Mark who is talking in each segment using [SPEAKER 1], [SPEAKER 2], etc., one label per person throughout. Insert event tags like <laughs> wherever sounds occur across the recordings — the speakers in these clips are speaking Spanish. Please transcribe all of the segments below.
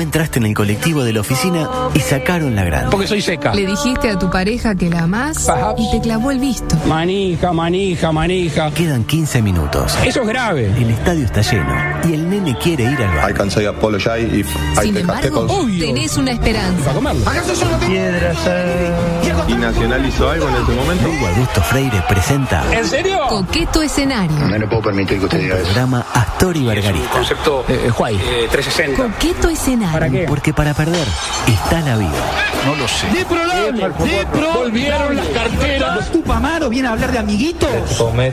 [SPEAKER 1] entraste en el colectivo de la oficina y sacaron la grande.
[SPEAKER 2] Porque soy seca.
[SPEAKER 3] Le dijiste a tu pareja que la amás
[SPEAKER 2] Ah. Perhaps.
[SPEAKER 3] y te clavó el visto.
[SPEAKER 2] Manija, manija, manija.
[SPEAKER 1] Quedan 15 minutos.
[SPEAKER 2] Eso es grave.
[SPEAKER 1] El estadio está lleno y el nene quiere ir al
[SPEAKER 4] I
[SPEAKER 1] bar.
[SPEAKER 4] can say apologize if I
[SPEAKER 3] Sin
[SPEAKER 4] take a
[SPEAKER 3] embargo,
[SPEAKER 4] tackle.
[SPEAKER 2] Obvio.
[SPEAKER 3] tenés una esperanza.
[SPEAKER 2] Para comerlo.
[SPEAKER 4] ¿Y Nacional hizo algo en ese momento?
[SPEAKER 1] Hugo Augusto Freire presenta
[SPEAKER 2] ¿En serio?
[SPEAKER 3] Coqueto escenario.
[SPEAKER 5] No, no puedo permitir que usted diga eso.
[SPEAKER 1] programa Astor y Bargarista.
[SPEAKER 6] concepto
[SPEAKER 2] Eh, eh, Juay.
[SPEAKER 6] eh, 360.
[SPEAKER 3] Coqueto
[SPEAKER 2] ¿Para
[SPEAKER 3] escenario.
[SPEAKER 2] qué?
[SPEAKER 1] Porque para perder está la vida.
[SPEAKER 2] Volvieron las carteras.
[SPEAKER 7] Tupamaro viene a hablar de amiguitos.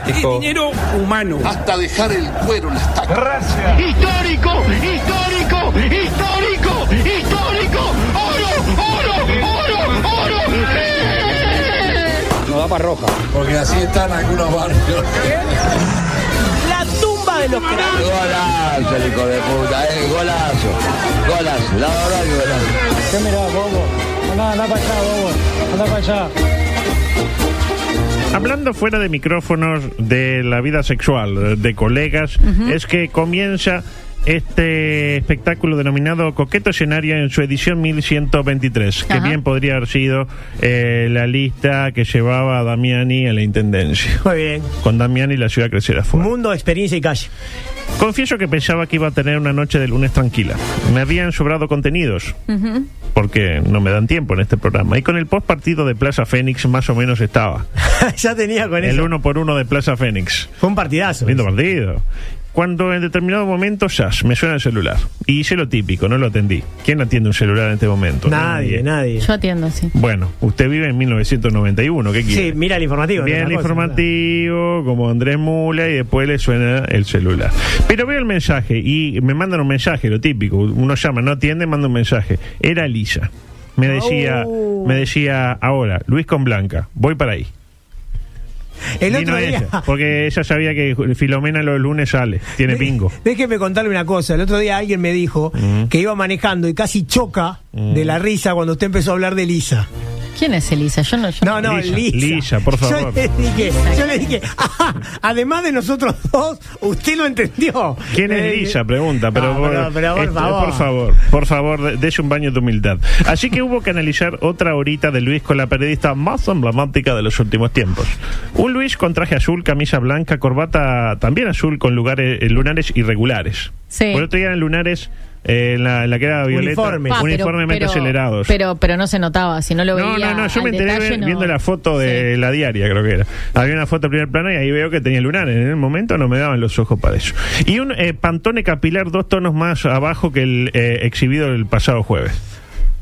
[SPEAKER 2] Y dinero humano.
[SPEAKER 8] hasta dejar el cuero en las tacas.
[SPEAKER 9] histórico, histórico, histórico, histórico, oro, oro, oro, oro.
[SPEAKER 2] Nos da para roja.
[SPEAKER 8] Porque así están algunos barrios.
[SPEAKER 7] La tumba de los cráneos.
[SPEAKER 8] Golazo, el hijo de puta, eh, golazo. Golazo, la verdad que golazo.
[SPEAKER 10] Hablando fuera de micrófonos de la vida sexual eh, de colegas, es que comienza este espectáculo denominado Coqueto Escenario en su edición 1123, que
[SPEAKER 3] Ajá.
[SPEAKER 10] bien podría haber sido eh, la lista que llevaba a Damiani a la Intendencia.
[SPEAKER 7] Muy bien.
[SPEAKER 10] Con Damiani la ciudad crecerá fuerte.
[SPEAKER 7] Mundo, experiencia y calle.
[SPEAKER 10] Confieso que pensaba que iba a tener una noche de lunes tranquila. Me habían sobrado contenidos. Porque no me dan tiempo en este programa. Y con el post partido de Plaza Fénix más o menos estaba.
[SPEAKER 7] <laughs> ya tenía con
[SPEAKER 10] El
[SPEAKER 7] eso.
[SPEAKER 10] uno por uno de Plaza Fénix.
[SPEAKER 7] Fue un partidazo.
[SPEAKER 10] Lindo partido. Cuando en determinado momento, Sash, me suena el celular. Y hice lo típico, no lo atendí. ¿Quién atiende un celular en este momento?
[SPEAKER 7] Nadie, nadie.
[SPEAKER 11] Yo atiendo, sí.
[SPEAKER 10] Bueno, usted vive en 1991, ¿qué quiere?
[SPEAKER 7] Sí, mira el informativo.
[SPEAKER 10] Bien
[SPEAKER 7] otra cosa,
[SPEAKER 10] informativo, como Andrés Mula, y después le suena el celular. Pero veo el mensaje y me mandan un mensaje, lo típico. Uno llama, no atiende, manda un mensaje. Era Lisa. Me decía,
[SPEAKER 7] Oh.
[SPEAKER 10] me decía, ahora, Luis con Blanca, voy para ahí.
[SPEAKER 7] claro. El
[SPEAKER 10] Vino
[SPEAKER 7] otro día.
[SPEAKER 10] ella, porque ella sabía que Filomena los lunes sale, tiene bingo.
[SPEAKER 7] Déjeme contarle una cosa. El otro día alguien me dijo que iba manejando y casi choca de la risa cuando usted empezó a hablar de Lisa.
[SPEAKER 11] ¿Quién es Elisa? Yo no. yo-
[SPEAKER 7] No, no,
[SPEAKER 10] Lisa,
[SPEAKER 7] Lisa.
[SPEAKER 10] Lisa, por favor.
[SPEAKER 7] Yo le dije, yo le dije, "Ah, además de nosotros dos, usted lo entendió.
[SPEAKER 10] ¿Quién es
[SPEAKER 7] Eh,
[SPEAKER 10] Lisa? Pregunta, pero,
[SPEAKER 7] No, pero- pero por
[SPEAKER 10] este,
[SPEAKER 7] favor.
[SPEAKER 10] por favor, por favor, de- dese un baño de humildad. Así que hubo que analizar otra horita de Luis con la periodista más emblemática de los últimos tiempos. Un Luis con traje azul, camisa blanca, corbata también azul con lugares, eh, lunares irregulares.
[SPEAKER 11] Sí.
[SPEAKER 10] Por otro día eran lunares eh, en, la, en la que era violeta,
[SPEAKER 7] Uniforme. Pa,
[SPEAKER 11] Ah, pero-
[SPEAKER 10] uniformemente
[SPEAKER 11] pero-
[SPEAKER 10] acelerados.
[SPEAKER 11] Pero, pero no se notaba, si no lo
[SPEAKER 10] No,
[SPEAKER 11] veía.
[SPEAKER 10] no, no, yo
[SPEAKER 11] al
[SPEAKER 10] me enteré
[SPEAKER 11] detalle,
[SPEAKER 10] ve-
[SPEAKER 11] no.
[SPEAKER 10] viendo la foto de la diaria, creo que era. Había una foto en primer plano y ahí veo que tenía lunares. En el momento no me daban los ojos para eso. Y un eh, pantone capilar dos tonos más abajo que el eh, exhibido el pasado jueves.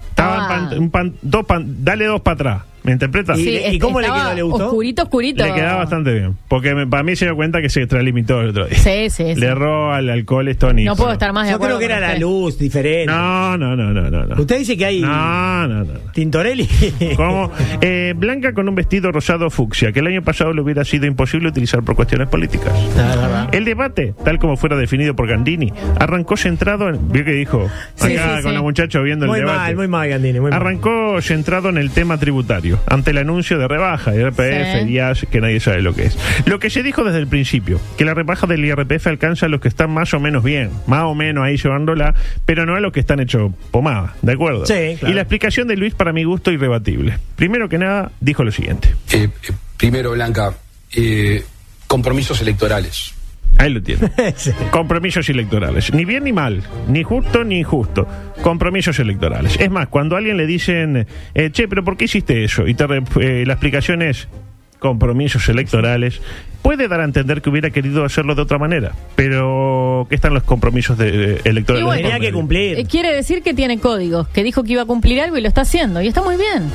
[SPEAKER 10] Estaba
[SPEAKER 11] Ah.
[SPEAKER 10] pan- un pan- dos pan- dale dos para atrás. ¿Me interpreta?
[SPEAKER 7] Sí, ¿Y le- y
[SPEAKER 11] es-
[SPEAKER 7] cómo le
[SPEAKER 11] este, estaba
[SPEAKER 7] quedó? ¿Le gustó?
[SPEAKER 11] Oscurito, oscurito.
[SPEAKER 10] Le quedaba bastante bien. Porque me- para mí se dio cuenta que se extralimitó el otro día.
[SPEAKER 11] Sí, sí, sí.
[SPEAKER 10] Le erró al alcohol Stony.
[SPEAKER 11] No puedo estar más de
[SPEAKER 7] Yo
[SPEAKER 11] acuerdo.
[SPEAKER 7] creo que
[SPEAKER 11] con
[SPEAKER 7] era
[SPEAKER 11] usted.
[SPEAKER 7] la luz diferente.
[SPEAKER 10] No, no, no, no, no. no.
[SPEAKER 7] Usted dice que hay
[SPEAKER 10] No, no, no. no.
[SPEAKER 7] Tintorelli.
[SPEAKER 10] <laughs> Como eh, Blanca con un vestido rosado fucsia, que el año pasado le hubiera sido imposible utilizar por cuestiones políticas.
[SPEAKER 7] Ah, es verdad.
[SPEAKER 10] El debate, tal como fuera definido por Gandini, arrancó centrado en. ¿Vio que dijo?
[SPEAKER 11] Sí,
[SPEAKER 10] Acá
[SPEAKER 11] sí,
[SPEAKER 10] con
[SPEAKER 11] sí.
[SPEAKER 10] los muchachos viendo
[SPEAKER 7] Muy
[SPEAKER 10] el debate.
[SPEAKER 7] mal, muy mal, Gandini. Muy mal.
[SPEAKER 10] Arrancó centrado en el tema tributario, ante el anuncio de rebaja de IRPF,
[SPEAKER 11] Sí.
[SPEAKER 10] IAS, que nadie sabe lo que es. Lo que se dijo desde el principio, que la rebaja del IRPF alcanza a los que están más o menos bien, más o menos ahí llevándola, pero no a los que están hechos pomada, ¿de acuerdo?
[SPEAKER 7] Sí, claro.
[SPEAKER 10] Y la explicación de Luis, para mi gusto, irrebatible. Primero que nada, dijo lo siguiente.
[SPEAKER 6] Eh, eh, primero, Blanca, eh, compromisos electorales.
[SPEAKER 10] Ahí lo tiene.
[SPEAKER 7] <laughs> Sí.
[SPEAKER 10] Compromisos electorales. Ni bien ni mal, ni justo ni injusto. Compromisos electorales. Es más, cuando a alguien le dicen, eh, che, pero ¿por qué hiciste eso? Y te re- eh, la explicación es compromisos electorales, puede dar a entender que hubiera querido hacerlo de otra manera. Pero, ¿qué están los compromisos de, de- electorales?
[SPEAKER 11] Y bueno,
[SPEAKER 10] de por
[SPEAKER 7] Tenía que
[SPEAKER 10] medio?
[SPEAKER 11] Eh,
[SPEAKER 7] cumplir.
[SPEAKER 11] Quiere decir que tiene códigos, que dijo que iba a cumplir algo y lo está haciendo. Y está muy bien.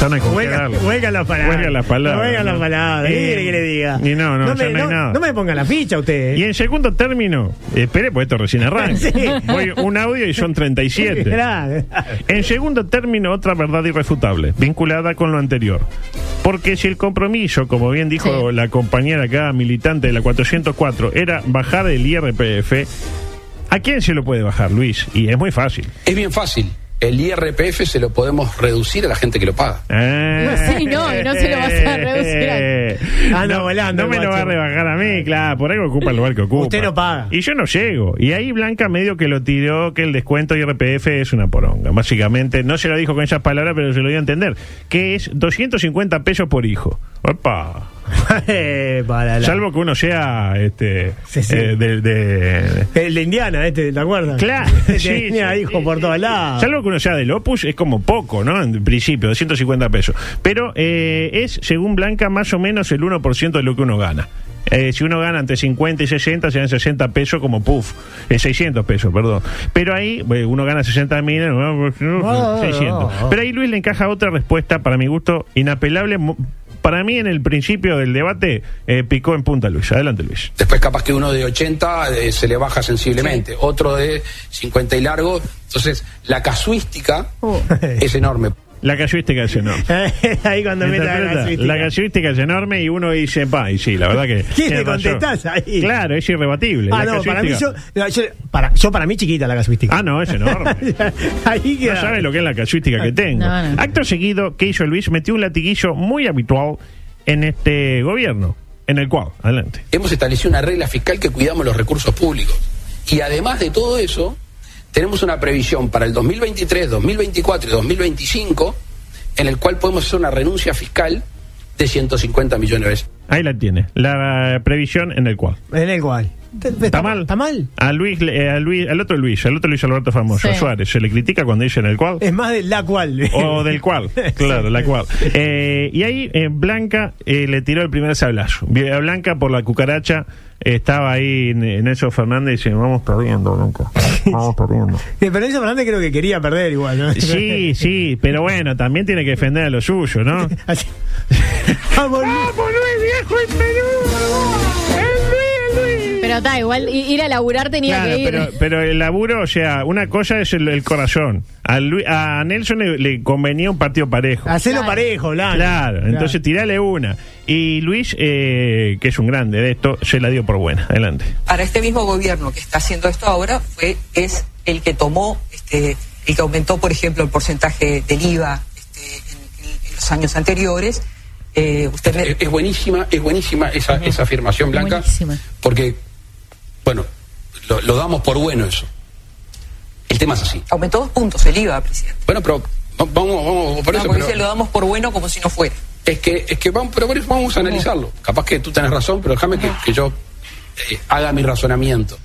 [SPEAKER 10] Ya no hay con qué
[SPEAKER 7] Huelga,
[SPEAKER 10] darle.
[SPEAKER 7] huelga las palabras.
[SPEAKER 10] Huelga las palabras,
[SPEAKER 7] Huelga las
[SPEAKER 10] ¿no?
[SPEAKER 7] palabras. ¿Qué
[SPEAKER 10] Eh,
[SPEAKER 7] quiere que le diga?
[SPEAKER 10] y no, no, ya
[SPEAKER 7] me,
[SPEAKER 10] no hay nada.
[SPEAKER 7] no me ponga la ficha usted.
[SPEAKER 10] Y en segundo término, espere, pues esto recién arranca.
[SPEAKER 7] <laughs> Sí.
[SPEAKER 10] Voy un audio y son
[SPEAKER 2] <laughs>
[SPEAKER 7] <laughs>
[SPEAKER 10] 37.
[SPEAKER 7] Claro.
[SPEAKER 10] En segundo término, otra verdad irrefutable, vinculada con lo anterior. Porque si el compromiso, como bien dijo
[SPEAKER 11] Sí.
[SPEAKER 10] la compañera acá, militante de la 404, era bajar el IRPF, ¿a quién se lo puede bajar, Luis? Y es muy fácil.
[SPEAKER 6] Es bien fácil. el IRPF se lo podemos reducir a la gente que lo paga.
[SPEAKER 10] Eh. Ah,
[SPEAKER 11] Sí, no, y no se lo vas a reducir
[SPEAKER 10] <laughs>
[SPEAKER 7] a- Anda
[SPEAKER 10] no,
[SPEAKER 7] volando
[SPEAKER 10] no me
[SPEAKER 7] el
[SPEAKER 10] lo va a
[SPEAKER 7] guacho.
[SPEAKER 10] rebajar a mí, claro. Por algo ocupa el lugar que ocupa.
[SPEAKER 7] Usted no paga.
[SPEAKER 10] Y yo no llego. Y ahí Blanca medio que lo tiró que el descuento IRPF es una poronga. Básicamente, no se lo dijo con esas palabras, pero se lo dio a entender. Que es 250 pesos por hijo. Opa.
[SPEAKER 7] Eh, para la-
[SPEAKER 10] Salvo que uno sea este,
[SPEAKER 7] Sí, sí.
[SPEAKER 10] eh, de- de,
[SPEAKER 7] El de Indiana, este, ¿te acuerdas?
[SPEAKER 10] Claro,
[SPEAKER 7] <laughs>
[SPEAKER 10] sí,
[SPEAKER 7] Tenía
[SPEAKER 10] sí,
[SPEAKER 7] hijo
[SPEAKER 10] sí,
[SPEAKER 7] por
[SPEAKER 10] sí,
[SPEAKER 7] todos
[SPEAKER 10] sí.
[SPEAKER 7] lados.
[SPEAKER 10] Salvo que uno sea del Opus, es como poco, ¿no? En principio, 250 pesos. Pero eh, es, según Blanca, más o menos el 1% de lo que uno gana. Eh, si uno gana entre 50 y 60, serán 60 pesos como puff. Eh, 600 pesos, perdón. Pero ahí, eh, uno gana 60 mil, eh,
[SPEAKER 7] Ah,
[SPEAKER 10] 600.
[SPEAKER 7] ah.
[SPEAKER 10] Pero ahí Luis le encaja otra respuesta, para mi gusto, inapelable. Mu- Para mí, en el principio del debate, eh, picó en punta Luis. Adelante, Luis.
[SPEAKER 6] Después capaz que uno de 80 eh, se le baja sensiblemente, otro de 50 y largo. Entonces, la casuística
[SPEAKER 11] Oh.
[SPEAKER 6] es enorme.
[SPEAKER 10] La casuística del senador.
[SPEAKER 7] <laughs> Ahí cuando mete la
[SPEAKER 10] Interpreta,
[SPEAKER 7] casuística.
[SPEAKER 10] La casuística es enorme y uno dice, pa, y sí, la verdad que.
[SPEAKER 7] ¿Qué
[SPEAKER 10] tiene
[SPEAKER 7] le
[SPEAKER 10] razón.
[SPEAKER 7] contestás ahí?
[SPEAKER 10] Claro, es irrebatible.
[SPEAKER 7] Ah,
[SPEAKER 10] la
[SPEAKER 7] no, para mí yo,
[SPEAKER 10] casuística.
[SPEAKER 7] no, yo- para, yo para mí chiquita la casuística.
[SPEAKER 10] Ah, no, es enorme.
[SPEAKER 7] <laughs> Ahí
[SPEAKER 10] No
[SPEAKER 7] queda.
[SPEAKER 10] sabe lo que es la casuística que tengo.
[SPEAKER 11] No, no.
[SPEAKER 10] Acto seguido, que hizo Luis? Metió un latiguillo muy habitual en este gobierno. En el cual, adelante.
[SPEAKER 6] hemos establecido una regla fiscal que cuidamos los recursos públicos. Y además de todo eso, tenemos una previsión para el 2023, 2024 y 2025 en el cual podemos hacer una renuncia fiscal de 150 millones.
[SPEAKER 10] Ahí la tiene. La previsión en el cual.
[SPEAKER 7] En el cual.
[SPEAKER 10] ¿Está mal?
[SPEAKER 7] ¿Está mal?
[SPEAKER 10] A Luis, le- eh, a Luis, al otro Luis, al otro Luis Alberto Famoso,
[SPEAKER 11] Sí.
[SPEAKER 10] Suárez, se le critica cuando dice en el cual.
[SPEAKER 7] Es más de <laughs> la cual.
[SPEAKER 10] O del <laughs> cual, claro, la cual. Eh, y ahí eh, Blanca eh, le tiró el primer sablazo. Vi- a Blanca por la cucaracha eh, estaba ahí en eso Fernández y dice, vamos perdiendo, Blanca. Vamos perdiendo.
[SPEAKER 7] Sí, Pero eso Fernández creo que quería perder igual.
[SPEAKER 2] <laughs>
[SPEAKER 7] ¿no?
[SPEAKER 10] <laughs> Sí, sí, pero bueno, también tiene que defender a lo suyo, ¿no?
[SPEAKER 7] Así. <laughs> Vamos, Luis.
[SPEAKER 10] viejo en Perú!
[SPEAKER 11] Pero está, igual i- ir a laburar tenía
[SPEAKER 10] Claro,
[SPEAKER 11] que ir.
[SPEAKER 10] pero, pero el laburo, o sea, una cosa es el, el corazón. A, Lu- a Nelson le, le convenía un partido parejo.
[SPEAKER 7] Hacelo
[SPEAKER 11] Claro.
[SPEAKER 7] parejo, Lalo.
[SPEAKER 10] Claro, entonces tirale una. Y Luis, eh, que es un grande de esto, se la dio por buena. Adelante.
[SPEAKER 12] Para este mismo gobierno que está haciendo esto ahora fue es el que tomó, este, el que aumentó, por ejemplo, el porcentaje del IVA este, en, en- en los años anteriores. Eh, usted me-
[SPEAKER 6] Es, es buenísima, es buenísima esa, esa afirmación, Blanca,
[SPEAKER 11] Buenísima.
[SPEAKER 6] porque, bueno, lo, lo damos por bueno eso. El tema es así.
[SPEAKER 12] aumentó dos puntos el IVA, presidente.
[SPEAKER 6] Bueno, pero va- vamos, vamos por
[SPEAKER 12] No,
[SPEAKER 6] eso.
[SPEAKER 12] porque
[SPEAKER 6] pero-
[SPEAKER 12] se lo damos por bueno como si no fuera.
[SPEAKER 6] Es que, es que vamos, pero por eso vamos a analizarlo. Capaz que tú tenés razón, pero déjame que, que yo eh, haga mi razonamiento.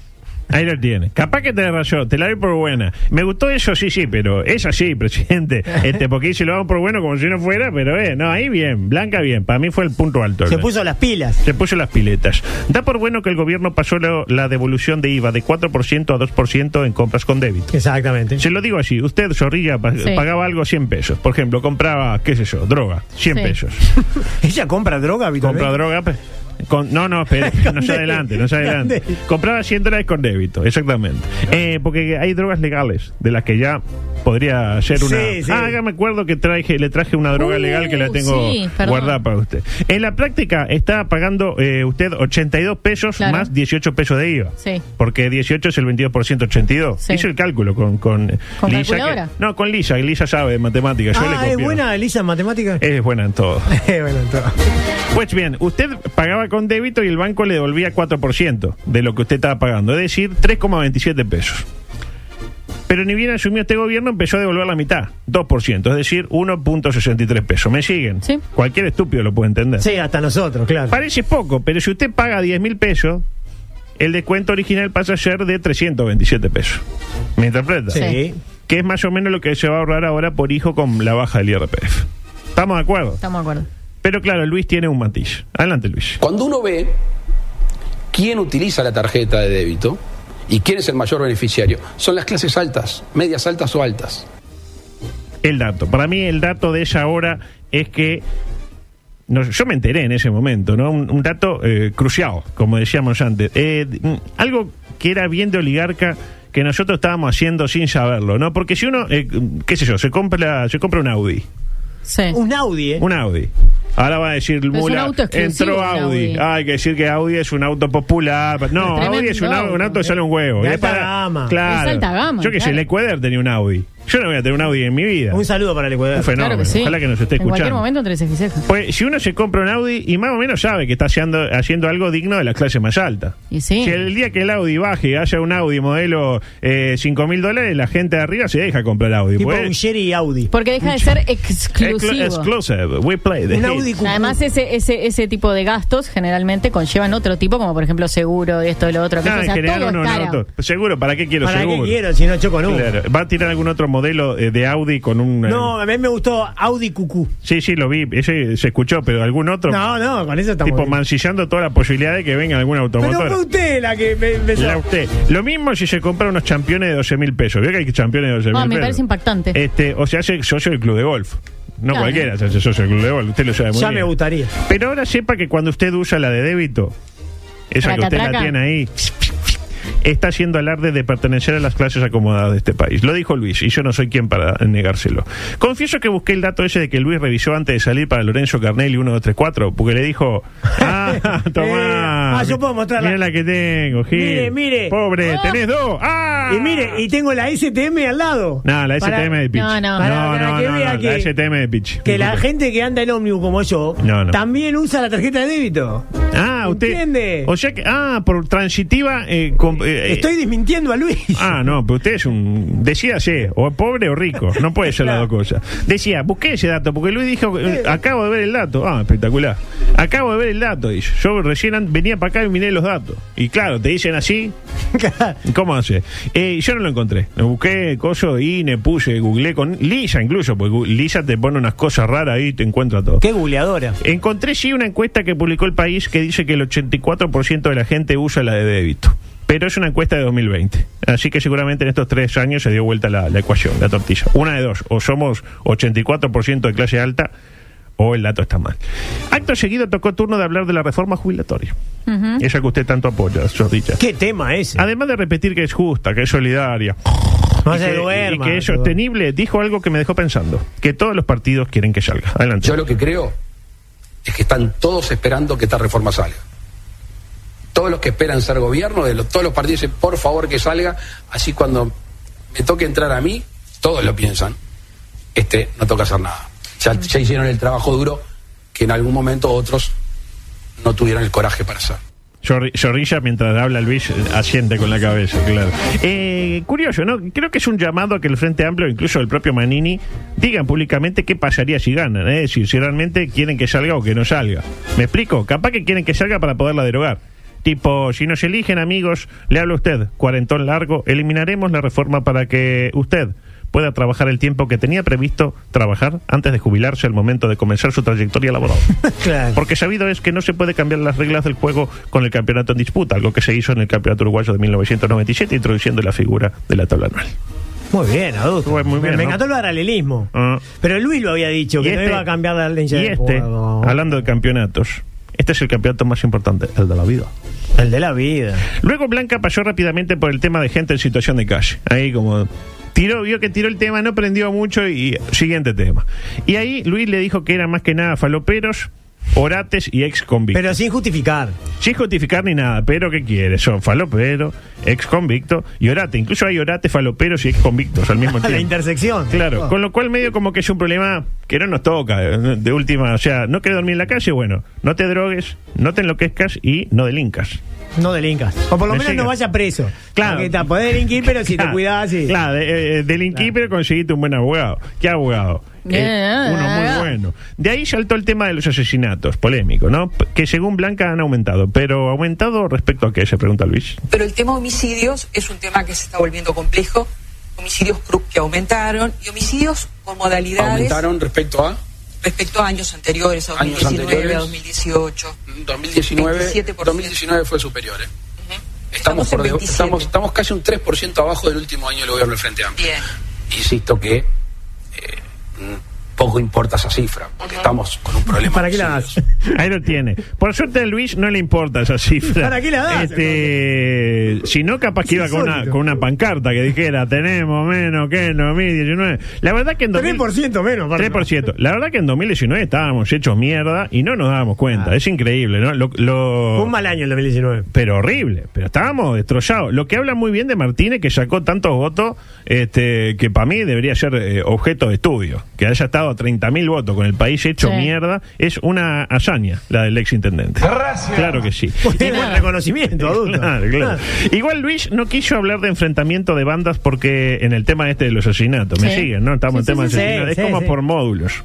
[SPEAKER 10] Ahí lo tiene. Capaz que te rayó, te la doy por buena. Me gustó eso, sí, sí, pero es así, presidente.
[SPEAKER 7] <laughs>
[SPEAKER 10] Este, porque dice lo hago por bueno como si no fuera, pero eh, no, ahí bien, Blanca bien. Para mí fue el punto alto.
[SPEAKER 7] Se
[SPEAKER 10] ¿no?
[SPEAKER 7] puso las pilas.
[SPEAKER 10] Se puso las piletas. Da por bueno que el gobierno pasó lo- la devolución de IVA de 4% a 2% en compras con débito.
[SPEAKER 7] Exactamente.
[SPEAKER 10] Se lo digo así, usted, Zorrilla, pa-
[SPEAKER 11] Sí.
[SPEAKER 10] pagaba algo 100 pesos. Por ejemplo, compraba, qué sé yo, droga, 100
[SPEAKER 11] Sí.
[SPEAKER 10] pesos.
[SPEAKER 7] Ella compra droga habitualmente.
[SPEAKER 10] Compra droga. pe- con- no, no, espere,
[SPEAKER 11] <laughs>
[SPEAKER 7] Con
[SPEAKER 10] no
[SPEAKER 7] débito.
[SPEAKER 10] se adelante, no se
[SPEAKER 7] Con
[SPEAKER 10] adelante.
[SPEAKER 7] débito.
[SPEAKER 10] Compraba 100 dólares con débito, exactamente. Eh, porque hay drogas legales de las que ya podría ser una.
[SPEAKER 7] Sí, sí.
[SPEAKER 10] Ah, ya me acuerdo que traje, le traje una droga
[SPEAKER 11] Uh,
[SPEAKER 10] legal que la tengo
[SPEAKER 11] sí, perdón.
[SPEAKER 10] guardada para usted. En la práctica está pagando eh, usted 82 pesos
[SPEAKER 11] Claro.
[SPEAKER 10] más 18 pesos de IVA.
[SPEAKER 11] Sí.
[SPEAKER 10] Porque 18 es el 22%, 82.
[SPEAKER 11] Sí.
[SPEAKER 10] Hizo el cálculo con, con,
[SPEAKER 11] ¿Con
[SPEAKER 10] Lisa. que-
[SPEAKER 11] calculadora?
[SPEAKER 10] no, con Lisa, que Lisa sabe de matemáticas. yo le
[SPEAKER 7] Ah, ¿es
[SPEAKER 10] copio.
[SPEAKER 7] buena Elisa en
[SPEAKER 10] <laughs>
[SPEAKER 7] matemáticas?
[SPEAKER 10] Es buena en todo.
[SPEAKER 7] Eh, bueno, entonces.
[SPEAKER 10] Pues bien, usted pagaba con débito y el banco le devolvía 4% de lo que usted estaba pagando, es decir, 3,27 pesos. Pero ni bien asumió este gobierno, empezó a devolver la mitad, 2%, es decir, 1.63 pesos. ¿Me siguen?
[SPEAKER 11] Sí.
[SPEAKER 10] Cualquier estúpido lo puede entender.
[SPEAKER 7] Sí, hasta nosotros, claro.
[SPEAKER 10] Parece poco, pero si usted paga 10 mil pesos, el descuento original pasa a ser de 327 pesos. ¿Me interpreta?
[SPEAKER 7] Sí.
[SPEAKER 10] Que es más o menos lo que se va a ahorrar ahora por hijo con la baja del IRPF. ¿Estamos de acuerdo?
[SPEAKER 11] Estamos de acuerdo.
[SPEAKER 10] Pero claro, Luis tiene un matiz. Adelante, Luis.
[SPEAKER 6] Cuando uno ve quién utiliza la tarjeta de débito y quién es el mayor beneficiario, son las clases altas, medias altas o altas.
[SPEAKER 10] El dato. Para mí, el dato de esa hora es que. no, yo me enteré en ese momento, ¿no? Un, un dato eh, crucial, como decíamos antes. Eh, mm, algo que era bien de oligarca que nosotros estábamos haciendo sin saberlo, ¿no? Porque si uno, eh, qué sé yo, se compra, se compra un Audi.
[SPEAKER 11] Sí.
[SPEAKER 7] Un Audi, ¿eh?
[SPEAKER 10] Un Audi. Ahora va a decir
[SPEAKER 11] un
[SPEAKER 10] Mula,
[SPEAKER 11] auto exclusivo,
[SPEAKER 10] entró
[SPEAKER 11] un
[SPEAKER 10] Audi.
[SPEAKER 11] Audi.
[SPEAKER 10] Ah, hay que decir que Audi es un auto popular. No,
[SPEAKER 11] Tremendo
[SPEAKER 10] Audi es un, au- un auto,
[SPEAKER 11] auto, eh,
[SPEAKER 10] que sale un
[SPEAKER 7] De
[SPEAKER 10] huevo. Es
[SPEAKER 7] alta gama.
[SPEAKER 10] Claro.
[SPEAKER 11] Es alta gama,
[SPEAKER 10] Yo que sé,
[SPEAKER 11] claro.
[SPEAKER 10] el Ecuador tenía un Audi. Yo no voy a tener un Audi en mi vida.
[SPEAKER 7] Un saludo para el Ecuador.
[SPEAKER 10] Un fenómeno.
[SPEAKER 11] Claro que sí.
[SPEAKER 10] Ojalá que nos esté
[SPEAKER 11] En cualquier
[SPEAKER 10] escuchando.
[SPEAKER 11] momento entre ceja y ceja.
[SPEAKER 10] Pues si uno se compra un Audi y más o menos sabe que está haciendo, haciendo algo digno de la clase más alta.
[SPEAKER 11] Y sí.
[SPEAKER 10] Si el día que el Audi baje y haya un Audi modelo eh, 5 mil dólares, la gente de arriba se deja comprar Audi.
[SPEAKER 7] Tipo
[SPEAKER 10] pues,
[SPEAKER 7] Ulleri y Audi.
[SPEAKER 11] Porque deja de ser
[SPEAKER 10] exclu-
[SPEAKER 11] exclusivo.
[SPEAKER 10] exclusive. We play the Ah,
[SPEAKER 7] Un
[SPEAKER 10] hits.
[SPEAKER 7] Audi con-
[SPEAKER 11] Además, ese, ese, ese tipo de gastos generalmente conllevan otro tipo, como por ejemplo seguro, esto, lo otro. aquello. o
[SPEAKER 10] No, Ah, en
[SPEAKER 11] sea,
[SPEAKER 10] general
[SPEAKER 11] todo
[SPEAKER 10] uno
[SPEAKER 11] es
[SPEAKER 10] no,
[SPEAKER 11] caro.
[SPEAKER 10] to- Seguro, ¿para qué quiero
[SPEAKER 7] ¿Para qué
[SPEAKER 10] seguro?
[SPEAKER 7] quiero si no choco nunca?
[SPEAKER 10] Claro. ¿Va a tirar algún otro modelo eh, de Audi con un.?
[SPEAKER 7] No,
[SPEAKER 10] eh,
[SPEAKER 7] a mí me gustó Audi Cucú.
[SPEAKER 10] sí, sí, lo vi. Ese se escuchó, pero algún otro.
[SPEAKER 7] No, no, con eso estamos.
[SPEAKER 10] tipo
[SPEAKER 7] bien.
[SPEAKER 10] mancillando toda la posibilidad de que venga algún
[SPEAKER 7] Pero
[SPEAKER 10] automotor.
[SPEAKER 7] fue usted la que me empezó.
[SPEAKER 10] Ya usted. Lo mismo si se compra unos championes de 12 mil pesos. Veo que hay championes de 12 mil
[SPEAKER 11] Ah,
[SPEAKER 10] pesos.
[SPEAKER 11] me parece impactante.
[SPEAKER 10] Este, o se hace socio del club de golf. No
[SPEAKER 11] Claro.
[SPEAKER 10] cualquiera se hace socio del club de golf. Usted lo sabe muy
[SPEAKER 7] Ya
[SPEAKER 10] bien.
[SPEAKER 7] me gustaría.
[SPEAKER 10] Pero ahora sepa que cuando usted usa la de débito, esa que
[SPEAKER 11] Traca,
[SPEAKER 10] usted la
[SPEAKER 11] traca.
[SPEAKER 10] tiene ahí, está haciendo alarde de pertenecer a las clases acomodadas de este país. Lo dijo Luis, y yo no soy quien para negárselo. Confieso que busqué el dato ese de que Luis revisó antes de salir para Lorenzo Carnelli 1234, porque le dijo,
[SPEAKER 7] <laughs>
[SPEAKER 10] ah,
[SPEAKER 7] Eh,
[SPEAKER 10] tomá.
[SPEAKER 7] ah, yo puedo mostrarla.
[SPEAKER 10] Mira la que tengo, Gil.
[SPEAKER 7] Mire, mire.
[SPEAKER 10] Pobre,
[SPEAKER 11] Ah.
[SPEAKER 10] tenés dos. Ah.
[SPEAKER 7] Y mire, y tengo la STM al lado.
[SPEAKER 10] No, la
[SPEAKER 7] Para-
[SPEAKER 10] STM de Pichi.
[SPEAKER 11] No, no.
[SPEAKER 10] no,
[SPEAKER 7] para-
[SPEAKER 10] no,
[SPEAKER 7] para
[SPEAKER 10] no,
[SPEAKER 7] que
[SPEAKER 10] no,
[SPEAKER 7] vea
[SPEAKER 10] la
[SPEAKER 7] que-
[SPEAKER 10] STM de Pichi.
[SPEAKER 7] Que la gente que anda en ómnibus como yo
[SPEAKER 10] No, no.
[SPEAKER 7] también usa la tarjeta de débito.
[SPEAKER 10] Ah, usted.
[SPEAKER 7] ¿Entiende?
[SPEAKER 10] O sea que, ah, por transitiva. eh, com- eh,
[SPEAKER 7] Estoy desmintiendo a Luis.
[SPEAKER 10] <laughs> Ah, no, pero usted es un. Decídase, o pobre o rico. No puede ser las dos cosas. Decía, busqué ese dato, porque Luis dijo, eh, acabo de ver el dato. Ah, espectacular. Acabo de ver el dato, dice. Yo recién an- venía para acá y miré los datos. Y claro, te dicen así. ¿Cómo hace? Eh, yo no lo encontré. Lo busqué, coso, INE, puse, googleé con Lisa incluso, porque gu- Lisa te pone unas cosas raras ahí y te encuentra todo.
[SPEAKER 7] Qué googleadora.
[SPEAKER 10] Encontré sí una encuesta que publicó el país que dice que el 84% de la gente usa la de débito. Pero es una encuesta de 2020. Así que seguramente en estos tres años se dio vuelta la, la ecuación, la tortilla. Una de dos. O somos 84% de clase alta o el dato está mal. Acto seguido tocó turno de hablar de la reforma jubilatoria. Esa que usted tanto apoya, Sordilla.
[SPEAKER 7] Qué tema ese.
[SPEAKER 10] Además de repetir que es justa, que es solidaria
[SPEAKER 7] No
[SPEAKER 10] y
[SPEAKER 7] se
[SPEAKER 10] que-
[SPEAKER 7] duerma.
[SPEAKER 10] y que es sostenible, dijo algo que me dejó pensando. Que todos los partidos quieren que salga. Adelante.
[SPEAKER 6] Yo lo que creo es que están todos esperando que esta reforma salga. Todos los que esperan ser gobierno, de los- todos los partidos dicen, por favor que salga, así cuando me toque entrar a mí, todos lo piensan, este, no toca hacer nada. Ya, ya hicieron el trabajo duro que en algún momento otros no tuvieron el coraje para hacer.
[SPEAKER 10] Zorri- Zorrilla, mientras habla Luis, eh, asiente con la cabeza, claro. Eh, curioso, ¿no? Creo que es un llamado a que el Frente Amplio, incluso el propio Manini, digan públicamente qué pasaría si ganan. ¿eh? Es decir, si realmente quieren que salga o que no salga. ¿Me explico? Capaz que quieren que salga para poderla derogar. Tipo, si nos eligen, amigos, le hablo a usted, cuarentón largo, eliminaremos la reforma para que usted pueda trabajar el tiempo que tenía previsto trabajar antes de jubilarse al momento de comenzar su trayectoria laboral.
[SPEAKER 7] Claro.
[SPEAKER 10] Porque sabido es que no se puede cambiar las reglas del juego con el campeonato en disputa, algo que se hizo en el campeonato uruguayo de 1997, introduciendo la figura de la tabla anual.
[SPEAKER 7] Muy bien, adulto.
[SPEAKER 10] Muy bien,
[SPEAKER 7] me, me
[SPEAKER 10] ¿no?
[SPEAKER 7] encantó el paralelismo.
[SPEAKER 10] Ah.
[SPEAKER 7] Pero Luis lo había dicho, que no iba a cambiar la ley
[SPEAKER 10] este y este, hablando de campeonatos, este es el campeonato más importante, el de la vida.
[SPEAKER 7] El de la vida.
[SPEAKER 10] Luego Blanca pasó rápidamente por el tema de gente en situación de calle. Ahí como tiró, vio que tiró el tema, no prendió mucho y siguiente tema. Y ahí Luis le dijo que eran más que nada faloperos, orates y ex convictos.
[SPEAKER 7] Pero sin justificar.
[SPEAKER 10] Sin justificar ni nada, pero ¿qué quiere? Son falopero, ex convicto y orate. Incluso hay orate, faloperos y ex convictos al mismo
[SPEAKER 7] A <laughs> la
[SPEAKER 10] tiempo.
[SPEAKER 7] intersección. Oh.
[SPEAKER 10] Claro, con lo cual medio como que es un problema que no nos toca, eh, de última, o sea, no querés dormir en la calle, bueno, no te drogues, no te enloquezcas y no delincas.
[SPEAKER 7] No delincas. O por lo
[SPEAKER 10] Me
[SPEAKER 7] menos
[SPEAKER 10] llega.
[SPEAKER 7] no vaya preso.
[SPEAKER 10] Claro.
[SPEAKER 7] Porque te podés delinquir, pero si te
[SPEAKER 10] Claro,
[SPEAKER 7] cuidás, sí.
[SPEAKER 10] Claro, eh, eh, delinquí, pero conseguiste un buen abogado. ¿Qué abogado? Eh,
[SPEAKER 11] Eh,
[SPEAKER 10] uno
[SPEAKER 11] eh.
[SPEAKER 10] muy bueno. De ahí saltó el tema de los asesinatos, polémico, ¿no? P- Que según Blanca han aumentado, pero ¿aumentado respecto a qué? Se pregunta Luis.
[SPEAKER 12] Pero el tema de homicidios es un tema que se está volviendo complejo. Homicidios cru- que aumentaron y homicidios con modalidades
[SPEAKER 6] Aumentaron respecto a
[SPEAKER 12] respecto a años anteriores, a
[SPEAKER 6] Años
[SPEAKER 12] 2019, a
[SPEAKER 6] anteriores.
[SPEAKER 12] 2018.
[SPEAKER 6] mm, 2019.
[SPEAKER 12] 27%.
[SPEAKER 6] 2019 fue superior. eh. Estamos,
[SPEAKER 12] Estamos
[SPEAKER 6] por
[SPEAKER 12] en
[SPEAKER 6] deba-
[SPEAKER 12] 27.
[SPEAKER 6] estamos, estamos casi un 3% abajo del último año del gobierno del Frente Amplio.
[SPEAKER 12] Bien.
[SPEAKER 6] insisto que eh, mm, poco importa esa cifra, porque estamos con un problema.
[SPEAKER 7] ¿Para qué la
[SPEAKER 10] <laughs>
[SPEAKER 7] das?
[SPEAKER 10] Ahí lo tiene. Por suerte a Luis no le importa esa cifra.
[SPEAKER 7] ¿Para qué la das?
[SPEAKER 10] Este, si no, capaz
[SPEAKER 7] Es
[SPEAKER 10] que iba con una,
[SPEAKER 7] insólito.
[SPEAKER 10] con una pancarta que dijera, tenemos menos que en 2019. La verdad que en 2000
[SPEAKER 7] 3% menos, aparte.
[SPEAKER 10] 3%. La verdad que en 2019 estábamos hechos mierda y no nos dábamos cuenta. Es increíble, ¿no? Lo, lo-
[SPEAKER 7] Ah. Fue un mal año el 2019.
[SPEAKER 10] pero horrible, pero estábamos destrozados. Lo que habla muy bien de Martínez, que sacó tantos votos, este, que para mí debería ser eh, objeto de estudio. Que haya estado a 30.000 votos con el país hecho
[SPEAKER 11] Sí.
[SPEAKER 10] mierda, es una hazaña la del ex intendente. Claro que sí.
[SPEAKER 7] Tiene buen reconocimiento, adulto.
[SPEAKER 10] <laughs>
[SPEAKER 7] Ah.
[SPEAKER 10] Claro, claro. Igual Luis no quiso hablar de enfrentamiento de bandas porque en el tema este de los asesinatos, me
[SPEAKER 11] Sí.
[SPEAKER 10] siguen, ¿no? Estamos en
[SPEAKER 11] Sí,
[SPEAKER 10] tema
[SPEAKER 7] sí,
[SPEAKER 10] de
[SPEAKER 7] sí,
[SPEAKER 10] asesinatos.
[SPEAKER 7] sí,
[SPEAKER 10] es
[SPEAKER 7] sí,
[SPEAKER 10] como
[SPEAKER 7] sí.
[SPEAKER 10] por módulos.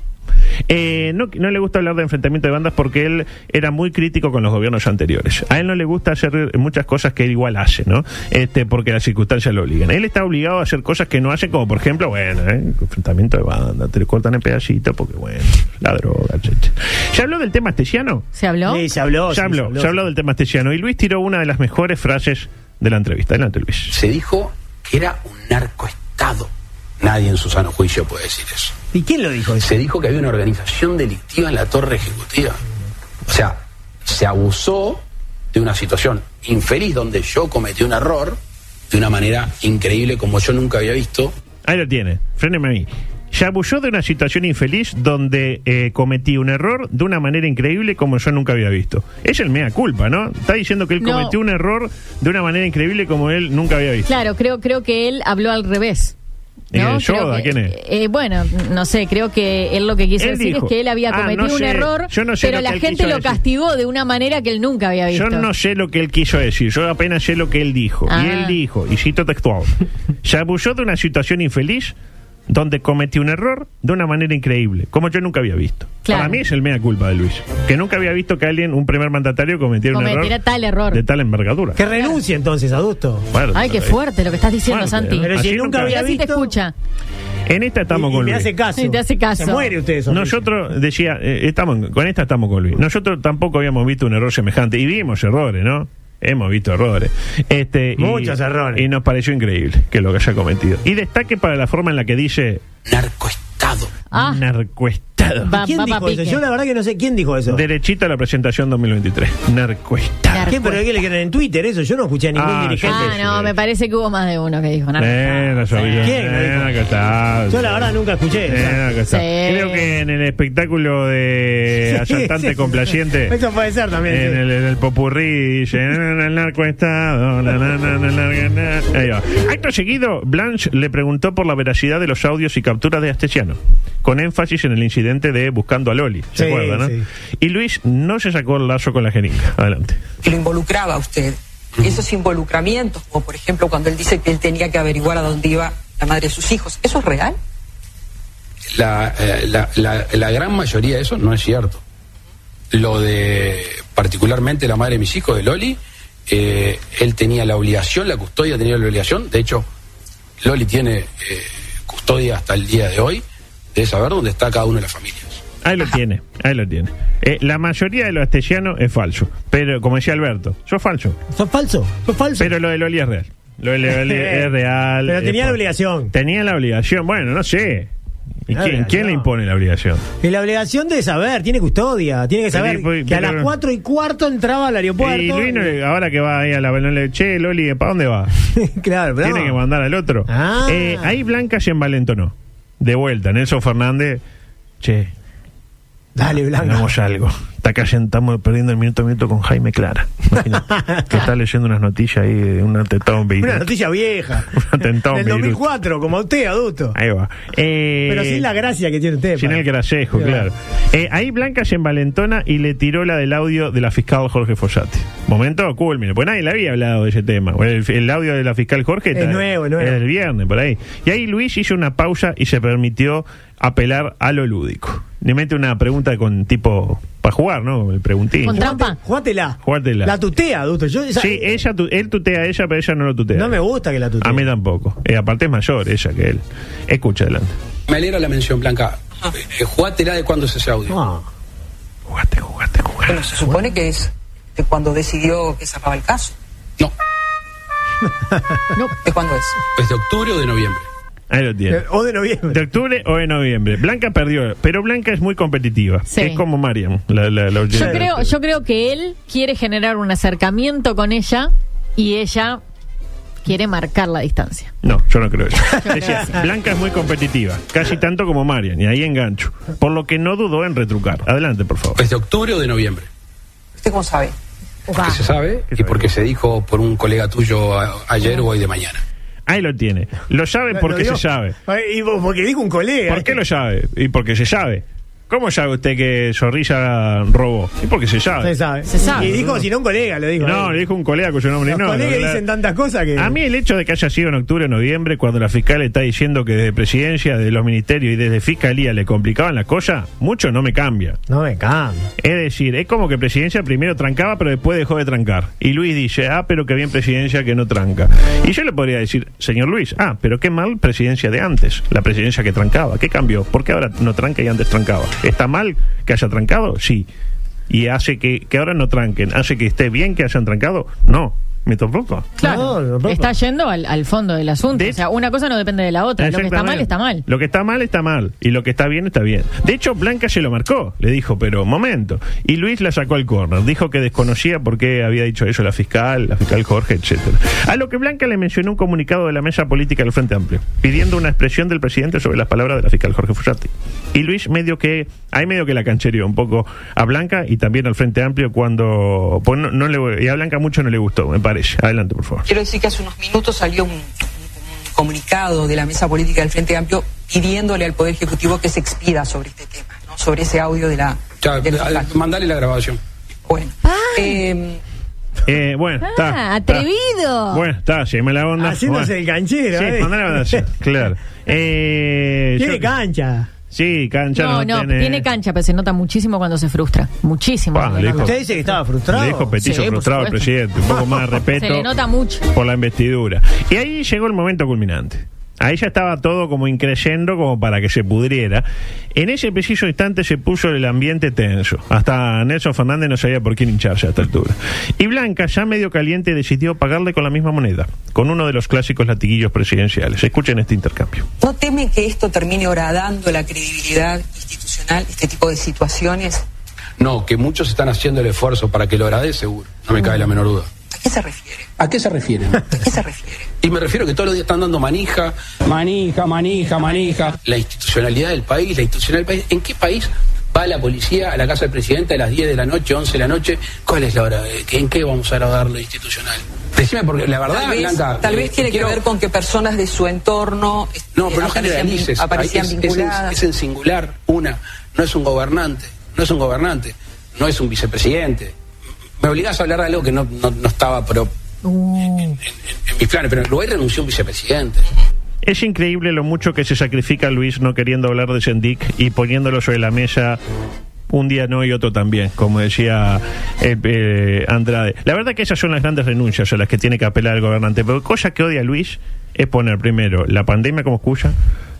[SPEAKER 10] Eh, no, no le gusta hablar de enfrentamiento de bandas porque él era muy crítico con los gobiernos anteriores. A él no le gusta hacer muchas cosas que él igual hace, ¿no? Este, porque las circunstancias lo obligan. Él está obligado a hacer cosas que no hace, como por ejemplo, bueno, ¿eh? enfrentamiento de banda, te lo cortan en pedacitos porque, bueno, la droga, etc. ¿Se habló del tema astesiano?
[SPEAKER 11] ¿Se habló?
[SPEAKER 7] Sí, se habló. sí,
[SPEAKER 10] ya habló, ya habló del tema astesiano. Y Luis tiró una de las mejores frases de la entrevista. Adelante, Luis.
[SPEAKER 6] Se dijo que era un narcoestado. Nadie en su sano juicio puede decir eso.
[SPEAKER 7] ¿Y quién lo dijo eso?
[SPEAKER 6] Se dijo que había una organización delictiva en la torre ejecutiva. O sea, se abusó de una situación infeliz donde yo cometí un error de una manera increíble como yo nunca había visto.
[SPEAKER 10] Ahí lo tiene. Fréneme a mí. Se abusó de una situación infeliz donde eh, cometí un error de una manera increíble como yo nunca había visto. Es el mea culpa, ¿no? Está diciendo que él
[SPEAKER 11] No.
[SPEAKER 10] cometió un error de una manera increíble como él nunca había visto.
[SPEAKER 11] Claro, creo, creo que él habló al revés.
[SPEAKER 10] Eh,
[SPEAKER 11] Creo
[SPEAKER 10] Yoda,
[SPEAKER 11] que-
[SPEAKER 10] ¿quién es?
[SPEAKER 11] eh, bueno, no sé, creo que él lo que quiso
[SPEAKER 10] Él
[SPEAKER 11] decir
[SPEAKER 10] dijo.
[SPEAKER 11] es que él había
[SPEAKER 10] Ah,
[SPEAKER 11] cometido
[SPEAKER 10] no
[SPEAKER 11] un
[SPEAKER 10] sé.
[SPEAKER 11] error,
[SPEAKER 10] Yo no sé
[SPEAKER 11] pero
[SPEAKER 10] lo
[SPEAKER 11] la
[SPEAKER 10] que él
[SPEAKER 11] gente
[SPEAKER 10] quiso
[SPEAKER 11] lo
[SPEAKER 10] decir.
[SPEAKER 11] castigó de una manera que él nunca había visto.
[SPEAKER 10] Yo no sé lo que él quiso decir, yo apenas sé lo que él dijo. Y
[SPEAKER 11] Ah.
[SPEAKER 10] él dijo, y cito textual, se abusó de una situación infeliz donde cometí un error de una manera increíble, como yo nunca había visto.
[SPEAKER 11] Claro.
[SPEAKER 10] Para mí es el mea culpa de Luis, que nunca había visto que alguien, un primer mandatario, cometiera un error,
[SPEAKER 11] Cometiera tal error.
[SPEAKER 10] de tal envergadura.
[SPEAKER 7] Que renuncie entonces, adulto.
[SPEAKER 10] Bueno,
[SPEAKER 11] Ay, qué
[SPEAKER 10] eh,
[SPEAKER 11] fuerte lo que estás diciendo,
[SPEAKER 10] fuerte,
[SPEAKER 11] Santi.
[SPEAKER 10] ¿no?
[SPEAKER 7] Pero si
[SPEAKER 10] Así
[SPEAKER 7] nunca había
[SPEAKER 11] Mira si te
[SPEAKER 7] visto-
[SPEAKER 11] escucha.
[SPEAKER 10] En esta estamos
[SPEAKER 7] Y- y
[SPEAKER 10] con
[SPEAKER 7] me
[SPEAKER 10] Luis.
[SPEAKER 7] hace caso.
[SPEAKER 11] Sí, te hace caso.
[SPEAKER 7] Se muere usted eso.
[SPEAKER 10] Nosotros decía, eh, estamos con esta estamos con Luis. Nosotros tampoco habíamos visto un error semejante y vimos errores, ¿no? Hemos visto errores. Este, y-
[SPEAKER 7] Muchos errores.
[SPEAKER 10] Y nos pareció increíble que lo que haya cometido. Y destaque para la forma en la que dice
[SPEAKER 6] Narcoestado.
[SPEAKER 11] Ah,
[SPEAKER 10] narcoestado.
[SPEAKER 11] va,
[SPEAKER 7] ¿Quién
[SPEAKER 11] va pa'
[SPEAKER 7] dijo eso?
[SPEAKER 11] pique.
[SPEAKER 7] Yo la verdad que no sé quién dijo eso.
[SPEAKER 10] Derechita a la presentación 2023. Narcoestado.
[SPEAKER 11] Nar-
[SPEAKER 7] ¿Quién? ¿Pero qué le quieren en Twitter eso? Yo no escuché a ningún
[SPEAKER 10] Ah,
[SPEAKER 7] dirigente.
[SPEAKER 11] Ah, no, me parece que hubo más de uno que dijo. narco.
[SPEAKER 10] Eh, la sabía.
[SPEAKER 7] ¿Quién lo
[SPEAKER 10] Eh,
[SPEAKER 7] dijo?
[SPEAKER 10] narcoestado.
[SPEAKER 7] Yo la verdad nunca escuché. <laughs>
[SPEAKER 10] Eh, narcoestado.
[SPEAKER 11] Sí.
[SPEAKER 10] Creo que en el espectáculo de Asaltante Complaciente.
[SPEAKER 7] Eso puede ser también.
[SPEAKER 10] En
[SPEAKER 7] sí.
[SPEAKER 10] el, en el popurrí dice, "Na, na, na, el narcoestado, na, na, na, na, na, na". Ahí va. Acto seguido, Blanche le preguntó por la veracidad de los audios y capturas de Astesiano, con énfasis en el incidente de Buscando a Loli, ¿se
[SPEAKER 7] Sí,
[SPEAKER 10] acuerdan? no?
[SPEAKER 7] sí.
[SPEAKER 10] Y Luis no se sacó el lazo con la jeringa. Adelante.
[SPEAKER 12] que lo involucraba a usted. Esos involucramientos, como por ejemplo cuando él dice que él tenía que averiguar a dónde iba la madre de sus hijos, ¿eso es real?
[SPEAKER 6] la, eh, la- la- la gran mayoría de eso no es cierto. Lo de particularmente la madre de mis hijos, de Loli, eh, él tenía la obligación, la custodia tenía la obligación, de hecho, Loli tiene eh, custodia hasta el día de hoy, de saber dónde está cada una de las familias.
[SPEAKER 10] Ahí lo tiene, ahí lo tiene. Eh, la mayoría de los astesianos es falso, pero como decía Alberto, yo falso,
[SPEAKER 7] ¿Sos falso? ¿Sos falso?
[SPEAKER 10] pero lo de Loli es real. Lo
[SPEAKER 7] <laughs>
[SPEAKER 10] de Loli es real.
[SPEAKER 7] Pero
[SPEAKER 10] es
[SPEAKER 7] tenía la
[SPEAKER 10] falso.
[SPEAKER 7] obligación.
[SPEAKER 10] Tenía la obligación, bueno, no sé. ¿Y
[SPEAKER 7] La
[SPEAKER 10] quién, quién le
[SPEAKER 7] obligación.
[SPEAKER 10] impone la obligación?
[SPEAKER 7] Y la obligación de saber, tiene custodia, tiene que saber
[SPEAKER 10] Sí, pues,
[SPEAKER 7] que a
[SPEAKER 10] pero-
[SPEAKER 7] las 4 y cuarto entraba al aeropuerto.
[SPEAKER 10] Y Luis, no le- ahora que va ahí a la no le che, Loli, ¿para dónde va?
[SPEAKER 7] <laughs> claro, pero
[SPEAKER 10] Tiene
[SPEAKER 7] no.
[SPEAKER 10] que mandar al otro.
[SPEAKER 7] Ah.
[SPEAKER 10] Eh, ahí Blanca se envalentonó. De vuelta, Nelson Fernández, che,
[SPEAKER 7] Dale, Blanca.
[SPEAKER 10] hagamos algo. Está acá estamos perdiendo el minuto a minuto con Jaime Clara.
[SPEAKER 7] <laughs>
[SPEAKER 10] Imagínate, que está leyendo unas noticias ahí de un atentado en Beirut.
[SPEAKER 7] Una noticia vieja.
[SPEAKER 10] <laughs> Un atentado en
[SPEAKER 7] Del
[SPEAKER 10] Beirut.
[SPEAKER 7] 2004, como usted, adulto.
[SPEAKER 10] Ahí va. Eh,
[SPEAKER 7] Pero sin la gracia que tiene usted.
[SPEAKER 10] Sin
[SPEAKER 7] padre.
[SPEAKER 10] el grasejo, claro. Eh, ahí Blanca se envalentona y le tiró la del audio de la fiscal Jorge Fossati. Momento culmine, pues nadie le había hablado de ese tema. Bueno, el, el audio de la fiscal Jorge
[SPEAKER 7] Es
[SPEAKER 10] está-
[SPEAKER 7] nuevo, es nuevo.
[SPEAKER 10] era el viernes, por ahí. Y ahí Luis hizo una pausa y se permitió apelar a lo lúdico. Le mete una pregunta con tipo para jugar, ¿no? El preguntín.
[SPEAKER 11] Con trampa.
[SPEAKER 7] Jugátela.
[SPEAKER 10] Jugátela.
[SPEAKER 7] La tutea, adulto. Yo, esa-
[SPEAKER 10] Sí, ella tu- él tutea a ella, pero ella no lo tutea.
[SPEAKER 7] no me gusta que la tutee.
[SPEAKER 10] A mí tampoco. Eh, aparte es mayor ella que él. Escucha adelante.
[SPEAKER 6] Me alegra la mención, Blanca. Eh, jugátela de cuándo es ese audio.
[SPEAKER 7] No.
[SPEAKER 10] Jugaste, jugaste, jugaste.
[SPEAKER 12] Bueno, se supone que es de cuando decidió que cerraba el caso.
[SPEAKER 6] No,
[SPEAKER 12] ¿De cuándo es?
[SPEAKER 6] es de octubre o de noviembre.
[SPEAKER 10] Ahí lo tiene.
[SPEAKER 7] Eh, O de noviembre.
[SPEAKER 10] De octubre o de noviembre. Blanca perdió, pero Blanca es muy competitiva.
[SPEAKER 11] Sí.
[SPEAKER 10] Es como Mariam, la, la, la oyente
[SPEAKER 11] Yo
[SPEAKER 10] de
[SPEAKER 11] creo,
[SPEAKER 10] ustedes.
[SPEAKER 11] yo creo que él quiere generar un acercamiento con ella y ella quiere marcar la distancia.
[SPEAKER 10] No, yo no creo eso.
[SPEAKER 11] creo
[SPEAKER 10] Decía,
[SPEAKER 11] que sí.
[SPEAKER 10] Blanca es muy competitiva, casi tanto como Marian, y ahí engancho. Por lo que no dudó en retrucar. Adelante, por favor.
[SPEAKER 6] ¿Es de octubre o de noviembre?
[SPEAKER 12] ¿Usted cómo sabe?
[SPEAKER 11] Ah.
[SPEAKER 6] Porque se sabe y porque se dijo por un colega tuyo a- ayer o hoy de mañana.
[SPEAKER 10] Ahí lo tiene. Lo sabe
[SPEAKER 7] Lo- lo
[SPEAKER 10] porque se
[SPEAKER 7] digo-
[SPEAKER 10] sabe.
[SPEAKER 7] Ay, y vos- porque dijo un colega.
[SPEAKER 10] ¿Por qué lo sabe? Y porque se sabe. ¿Cómo sabe usted que Zorrilla robó? Y porque se sabe.
[SPEAKER 7] Se sabe.
[SPEAKER 11] Se sabe.
[SPEAKER 7] Y dijo, si no, un colega, lo dijo.
[SPEAKER 10] No, le dijo un colega cuyo nombre
[SPEAKER 7] Los
[SPEAKER 10] no. la
[SPEAKER 7] colegas
[SPEAKER 10] verdad.
[SPEAKER 7] dicen tantas cosas que.
[SPEAKER 10] A mí el hecho de que haya sido en octubre o noviembre, cuando la fiscal está diciendo que desde presidencia, desde los ministerios y desde fiscalía le complicaban las cosas, mucho no me cambia.
[SPEAKER 7] No me cambia.
[SPEAKER 10] Es decir, es como que presidencia primero trancaba, pero después dejó de trancar. Y Luis dice, ah, pero qué bien presidencia que no tranca. Y yo le podría decir, señor Luis, ah, pero qué mal presidencia de antes, la presidencia que trancaba. ¿Qué cambió? ¿Por qué ahora no tranca y antes trancaba? ¿Está mal que haya trancado? Sí. ¿Y hace que, que ahora no tranquen? ¿Hace que esté bien que hayan trancado? No. Me tampoco.
[SPEAKER 11] Claro,
[SPEAKER 7] No, no,
[SPEAKER 11] está yendo al, al fondo del asunto.
[SPEAKER 10] De-
[SPEAKER 11] o sea, una cosa no depende de la otra. Lo que está mal,
[SPEAKER 10] Exactamente.
[SPEAKER 11] está mal.
[SPEAKER 10] Lo que está mal, está mal. Y lo que está bien, está bien. De hecho, Blanca se lo marcó. Le dijo, pero momento. Y Luis la sacó al córner. Dijo que desconocía por qué había dicho eso la fiscal, la fiscal Jorge, etcétera A lo que Blanca le mencionó un comunicado de la mesa política del Frente Amplio, pidiendo una expresión del presidente sobre las palabras de la fiscal Jorge Fossati. Y Luis medio que, ahí medio que la canchereó un poco a Blanca y también al Frente Amplio cuando... pues no, no le, y a Blanca mucho no le gustó, me parece. Adelante, por favor.
[SPEAKER 12] Quiero decir que hace unos minutos salió un, un- un comunicado de la mesa política del Frente Amplio pidiéndole al Poder Ejecutivo que se expida sobre este tema, ¿no? sobre ese audio de la...
[SPEAKER 6] Ya,
[SPEAKER 12] del
[SPEAKER 6] a-
[SPEAKER 12] fiscal.
[SPEAKER 6] mandale la grabación.
[SPEAKER 12] Bueno, eh,
[SPEAKER 10] Eh, bueno,
[SPEAKER 11] Ah,
[SPEAKER 10] está.
[SPEAKER 11] atrevido.
[SPEAKER 10] Bueno, está, sí, me la onda.
[SPEAKER 7] Haciéndose
[SPEAKER 10] Bueno.
[SPEAKER 7] el ganchero,
[SPEAKER 10] Sí,
[SPEAKER 7] eh.
[SPEAKER 10] mandá la banda, sí,
[SPEAKER 7] <laughs>
[SPEAKER 10] claro. Eh,
[SPEAKER 7] Tiene
[SPEAKER 10] yo-
[SPEAKER 7] cancha.
[SPEAKER 10] Sí, cancha.
[SPEAKER 11] No, no,
[SPEAKER 10] tiene-
[SPEAKER 11] tiene cancha, pero se nota muchísimo cuando se frustra. Muchísimo.
[SPEAKER 10] Pa, le dijo-
[SPEAKER 7] Usted dice que estaba frustrado.
[SPEAKER 10] Le dijo petiso
[SPEAKER 11] Sí, por
[SPEAKER 10] frustrado al
[SPEAKER 11] supuesto.
[SPEAKER 10] presidente. Un poco más de
[SPEAKER 11] <laughs>
[SPEAKER 10] respeto.
[SPEAKER 11] Se le nota mucho.
[SPEAKER 10] Por la investidura. Y ahí llegó el momento culminante. Ahí ya estaba todo como increyendo, como para que se pudriera. En ese preciso instante se puso el ambiente tenso. Hasta Nelson Fernández no sabía por quién hincharse a esta altura. Y Blanca, ya medio caliente, decidió pagarle con la misma moneda, con uno de los clásicos latiguillos presidenciales. Escuchen este intercambio.
[SPEAKER 12] ¿No temen que esto termine horadando la credibilidad institucional, este tipo de situaciones?
[SPEAKER 6] No, que muchos están haciendo el esfuerzo para que lo agrade seguro. No me cabe la menor duda.
[SPEAKER 12] ¿A qué se refiere?
[SPEAKER 6] ¿A qué se refieren?
[SPEAKER 12] ¿A qué se refiere?
[SPEAKER 6] <laughs> y me refiero que todos los días están dando manija. Manija, manija, manija. La institucionalidad del país, la institucionalidad del país. ¿En qué país va la policía a la casa del presidente a las 10 de la noche, 11 de la noche? ¿Cuál es la hora? Eh, ¿En qué vamos a grabar lo institucional? Decime, porque la verdad,
[SPEAKER 12] Tal vez,
[SPEAKER 6] Blanca,
[SPEAKER 12] tal
[SPEAKER 6] eh,
[SPEAKER 12] vez tiene
[SPEAKER 6] quiero-
[SPEAKER 12] que ver con que personas de su entorno este,
[SPEAKER 6] No, pero no
[SPEAKER 12] aparecían vin-
[SPEAKER 6] generalices.
[SPEAKER 12] aparecían
[SPEAKER 6] Ahí es- es, en-
[SPEAKER 12] vinculadas.
[SPEAKER 6] es en singular una. No es un gobernante, no es un gobernante, no es un vicepresidente. Me obligás a hablar de algo que no, no- no estaba pero
[SPEAKER 12] Uh.
[SPEAKER 6] en, en- en mis planes, pero luego renunció un vicepresidente.
[SPEAKER 10] Es increíble lo mucho que se sacrifica Luis no queriendo hablar de Sendik y poniéndolo sobre la mesa un día no y otro también, como decía eh, eh, Andrade. La verdad que esas son las grandes renuncias a las que tiene que apelar el gobernante, pero cosa que odia Luis es poner primero la pandemia como excusa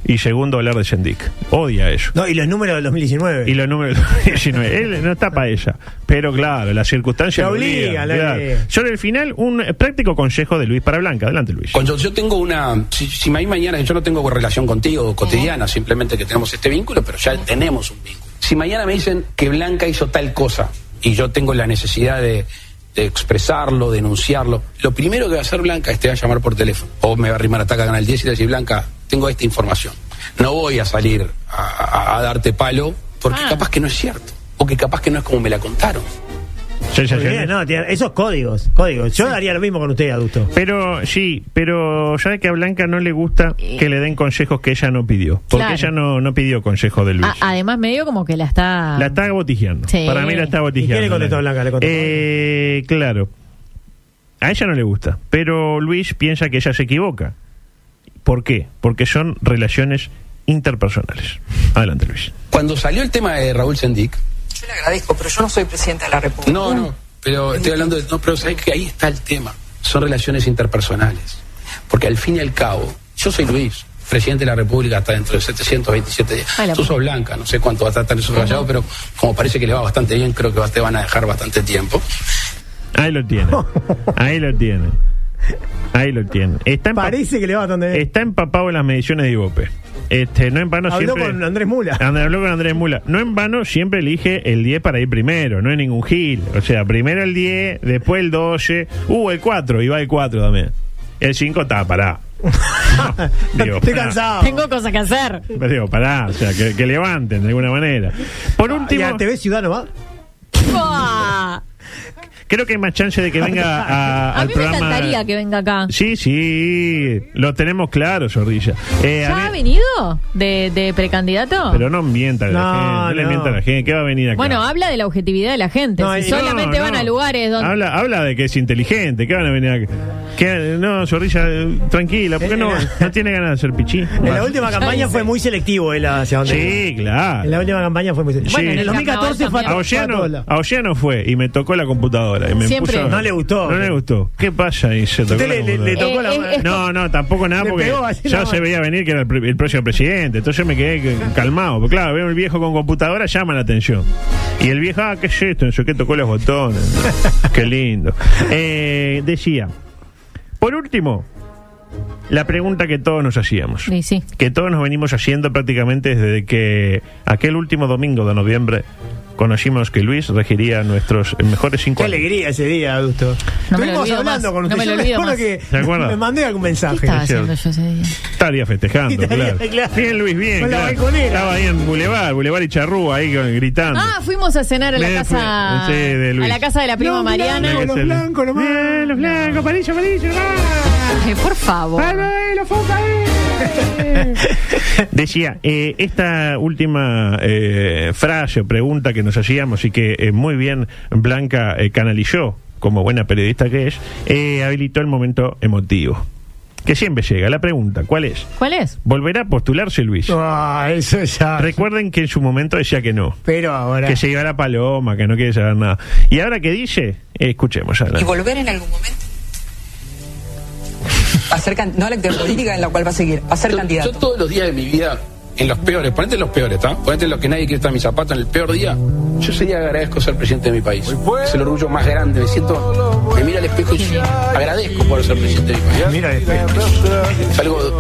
[SPEAKER 10] y segundo hablar de Sendik. Odia eso.
[SPEAKER 7] No, y los números del 2019.
[SPEAKER 10] Y los números 19. Él no está para ella. Pero claro, las circunstancias.
[SPEAKER 7] La
[SPEAKER 10] lo
[SPEAKER 7] obliga, la
[SPEAKER 10] claro.
[SPEAKER 7] obliga.
[SPEAKER 10] Sobre el final, un eh, práctico consejo de Luis para Blanca. Adelante, Luis.
[SPEAKER 6] Cuando yo tengo una. Si, si me hay mañana, yo no tengo relación contigo cotidiana, simplemente que tenemos este vínculo, pero ya tenemos un vínculo. Si mañana me dicen que Blanca hizo tal cosa y yo tengo la necesidad de, de expresarlo, denunciarlo, lo primero que va a hacer Blanca es te va a llamar por teléfono o me va a arrimar ataca Canal 10 y le va a decir, Blanca, tengo esta información. No voy a salir a, a- a darte palo porque
[SPEAKER 11] Ah.
[SPEAKER 6] capaz que no es cierto o que capaz que no es como me la contaron.
[SPEAKER 7] Muy
[SPEAKER 10] Sensaciones.
[SPEAKER 7] bien, no, tiene- esos códigos, códigos. Yo daría lo mismo con usted, adulto.
[SPEAKER 10] Pero sí, pero sabe que a Blanca no le gusta que le den consejos que ella no pidió. Porque
[SPEAKER 11] Claro.
[SPEAKER 10] ella no, no pidió consejo de Luis.
[SPEAKER 11] A- además, medio como que la está.
[SPEAKER 10] la está botijeando.
[SPEAKER 11] ah. Sí.
[SPEAKER 10] Para mí la está
[SPEAKER 7] ¿Y
[SPEAKER 10] botijeando.
[SPEAKER 7] qué le contestó Blanca? ¿Le contestó?
[SPEAKER 10] Eh, claro. A ella no le gusta. Pero Luis piensa que ella se equivoca. ¿Por qué? Porque son relaciones interpersonales. Adelante, Luis.
[SPEAKER 6] Cuando salió el tema de Raúl Sendic,
[SPEAKER 12] Yo le agradezco, pero yo no soy presidenta de la República.
[SPEAKER 6] No, no, pero estoy hablando de. No, pero sabes que ahí está el tema. Son relaciones interpersonales. Porque al fin y al cabo, yo soy Luis, presidente de la República hasta dentro de 727 días.
[SPEAKER 11] Ay, la
[SPEAKER 6] Tú sos Blanca, no sé cuánto va a tratar esos rayados, pero como parece que le va bastante
[SPEAKER 7] <laughs>
[SPEAKER 6] bien, creo que va- te van a dejar bastante tiempo.
[SPEAKER 10] Ahí lo tiene. Ahí lo tiene. Ahí lo tienen. Está empa-
[SPEAKER 7] Parece que le va bastante bien.
[SPEAKER 10] Está empapado en las mediciones de Ibope. Este, no en vano
[SPEAKER 7] Habló
[SPEAKER 10] siempre.
[SPEAKER 7] con Andrés Mula.
[SPEAKER 10] And- habló con Andrés Mula. No en vano siempre elige el 10 para ir primero, no es ningún gil. O sea, primero el 10, después el 12. Uh, el 4, y va el 4 también. El 5 está
[SPEAKER 7] <laughs>
[SPEAKER 10] pará. Digo,
[SPEAKER 7] Estoy
[SPEAKER 10] pará.
[SPEAKER 7] cansado.
[SPEAKER 11] Tengo cosas que hacer.
[SPEAKER 10] Pero digo, pará, o sea, que, que levanten de alguna manera. Por
[SPEAKER 7] Ah, ¿Y
[SPEAKER 10] último,
[SPEAKER 7] a TV Ciudad no va?
[SPEAKER 11] ¡Buah!
[SPEAKER 10] creo que hay más chance de que
[SPEAKER 7] <laughs>
[SPEAKER 10] venga a-
[SPEAKER 11] A mí
[SPEAKER 10] al
[SPEAKER 11] me
[SPEAKER 10] programa.
[SPEAKER 11] encantaría que venga acá.
[SPEAKER 10] Sí, sí, lo tenemos claro, Zorrilla. Eh, a
[SPEAKER 11] ¿Ya ha
[SPEAKER 10] mí-
[SPEAKER 11] venido de, de precandidato?
[SPEAKER 10] Pero no mienta a la
[SPEAKER 7] No,
[SPEAKER 10] gente, no le
[SPEAKER 7] no.
[SPEAKER 10] mienta a la gente, ¿qué va a venir acá?
[SPEAKER 11] Bueno, habla de la objetividad de la gente.
[SPEAKER 7] No,
[SPEAKER 11] Si
[SPEAKER 7] y-
[SPEAKER 11] solamente
[SPEAKER 10] No,
[SPEAKER 11] van
[SPEAKER 10] no.
[SPEAKER 11] a lugares donde.
[SPEAKER 10] Habla, habla de que es inteligente, ¿qué van a venir acá? ¿Qué- no, Zorrilla, eh, tranquila, ¿por qué no, no tiene ganas de ser pichí?
[SPEAKER 7] En Pues la última campaña
[SPEAKER 11] dice.
[SPEAKER 7] fue muy selectivo eh, él hacia dónde
[SPEAKER 10] Sí,
[SPEAKER 7] iba. En la
[SPEAKER 10] claro.
[SPEAKER 7] última campaña fue muy selectivo.
[SPEAKER 10] Sí.
[SPEAKER 7] Bueno, en el 2014 fue a,
[SPEAKER 10] A
[SPEAKER 7] fue a
[SPEAKER 10] Ollano,
[SPEAKER 7] todos lados.
[SPEAKER 10] a Ollano fue y me tocó la computadora. y me
[SPEAKER 11] Siempre.
[SPEAKER 10] puso-
[SPEAKER 7] No le gustó.
[SPEAKER 10] No le gustó. ¿Qué pasa? Y se tocó
[SPEAKER 7] Usted
[SPEAKER 10] la
[SPEAKER 7] le- le- le
[SPEAKER 10] computadora.
[SPEAKER 7] tocó la
[SPEAKER 11] Eh, eh,
[SPEAKER 10] <laughs> No, no, tampoco nada
[SPEAKER 7] Le
[SPEAKER 10] porque
[SPEAKER 7] pegó así
[SPEAKER 10] ya
[SPEAKER 7] nomás.
[SPEAKER 10] se veía venir que era el, pr- el próximo presidente. Entonces yo me quedé c- calmado. Porque claro, veo el viejo con computadora, llama la atención. Y el viejo, ah, ¿qué es esto? No sé qué, tocó
[SPEAKER 7] <laughs>
[SPEAKER 10] los botones. qué lindo. Eh, decía, por último, la pregunta que todos nos hacíamos.
[SPEAKER 11] Sí, sí.
[SPEAKER 10] Que todos nos venimos haciendo prácticamente desde que aquel último domingo de noviembre conocimos que Luis regiría nuestros mejores cinco
[SPEAKER 7] Qué
[SPEAKER 10] años.
[SPEAKER 7] alegría ese día, Augusto.
[SPEAKER 11] No me lo
[SPEAKER 7] Estuvimos
[SPEAKER 11] olvido
[SPEAKER 7] hablando
[SPEAKER 11] más,
[SPEAKER 7] con usted.
[SPEAKER 11] no me lo
[SPEAKER 7] Yo
[SPEAKER 11] olvido
[SPEAKER 7] recuerdo
[SPEAKER 11] más.
[SPEAKER 7] que
[SPEAKER 10] ¿Se acuerda?
[SPEAKER 7] me mandé algún
[SPEAKER 11] ¿Qué
[SPEAKER 7] mensaje.
[SPEAKER 11] estaba
[SPEAKER 10] es cierto.
[SPEAKER 11] haciendo yo ese día?
[SPEAKER 10] <laughs> Estaría festejando,
[SPEAKER 7] Estaría,
[SPEAKER 10] claro.
[SPEAKER 7] claro.
[SPEAKER 10] Bien, Luis, bien.
[SPEAKER 7] Con la
[SPEAKER 10] claro.
[SPEAKER 7] balconera.
[SPEAKER 10] Estaba ahí en Boulevard, Boulevard y Charrúa, ahí con- gritando.
[SPEAKER 11] Ah, fuimos a cenar a la
[SPEAKER 10] Me
[SPEAKER 11] casa.
[SPEAKER 10] fui- sí, de Luis.
[SPEAKER 11] a la casa de la prima
[SPEAKER 7] No,
[SPEAKER 11] Mariana.
[SPEAKER 7] blanco,
[SPEAKER 10] Tiene que
[SPEAKER 7] los
[SPEAKER 10] ser-
[SPEAKER 7] blancos nomás.
[SPEAKER 10] Bien, los blancos, amarillo, amarillo, nomás.
[SPEAKER 11] Ay, Eh, por favor.
[SPEAKER 10] Ay, ay, la foca,
[SPEAKER 7] <laughs>
[SPEAKER 10] eh. Decía, eh, esta última eh, frase o pregunta que nos hacíamos y que eh, muy bien Blanca eh, canalizó, como buena periodista que es, eh, habilitó el momento emotivo. Que siempre llega. La pregunta, ¿cuál es?
[SPEAKER 11] ¿Cuál es?
[SPEAKER 10] ¿Volverá a postularse Luis?
[SPEAKER 7] Ah, eso ya.
[SPEAKER 10] Recuerden que en su momento decía que no.
[SPEAKER 7] Pero ahora.
[SPEAKER 10] Que se iba a la paloma, que no quiere saber nada. Y ahora que dice, Eh, escuchemos.
[SPEAKER 12] y
[SPEAKER 10] adelante.
[SPEAKER 12] volver en algún momento. A ser can- no a la actividad política en la cual va a seguir, a ser
[SPEAKER 6] Yo-
[SPEAKER 12] candidato.
[SPEAKER 6] Yo todos los días de mi vida, en los peores, ponete en los peores, ¿está? Ponete en los que nadie quiere estar en mis zapatos, en el peor día. Yo ese día agradezco ser presidente de mi país. Es el orgullo más grande. Me siento, me miro al espejo y agradezco por ser presidente de mi país.
[SPEAKER 7] Mira después.
[SPEAKER 6] Es algo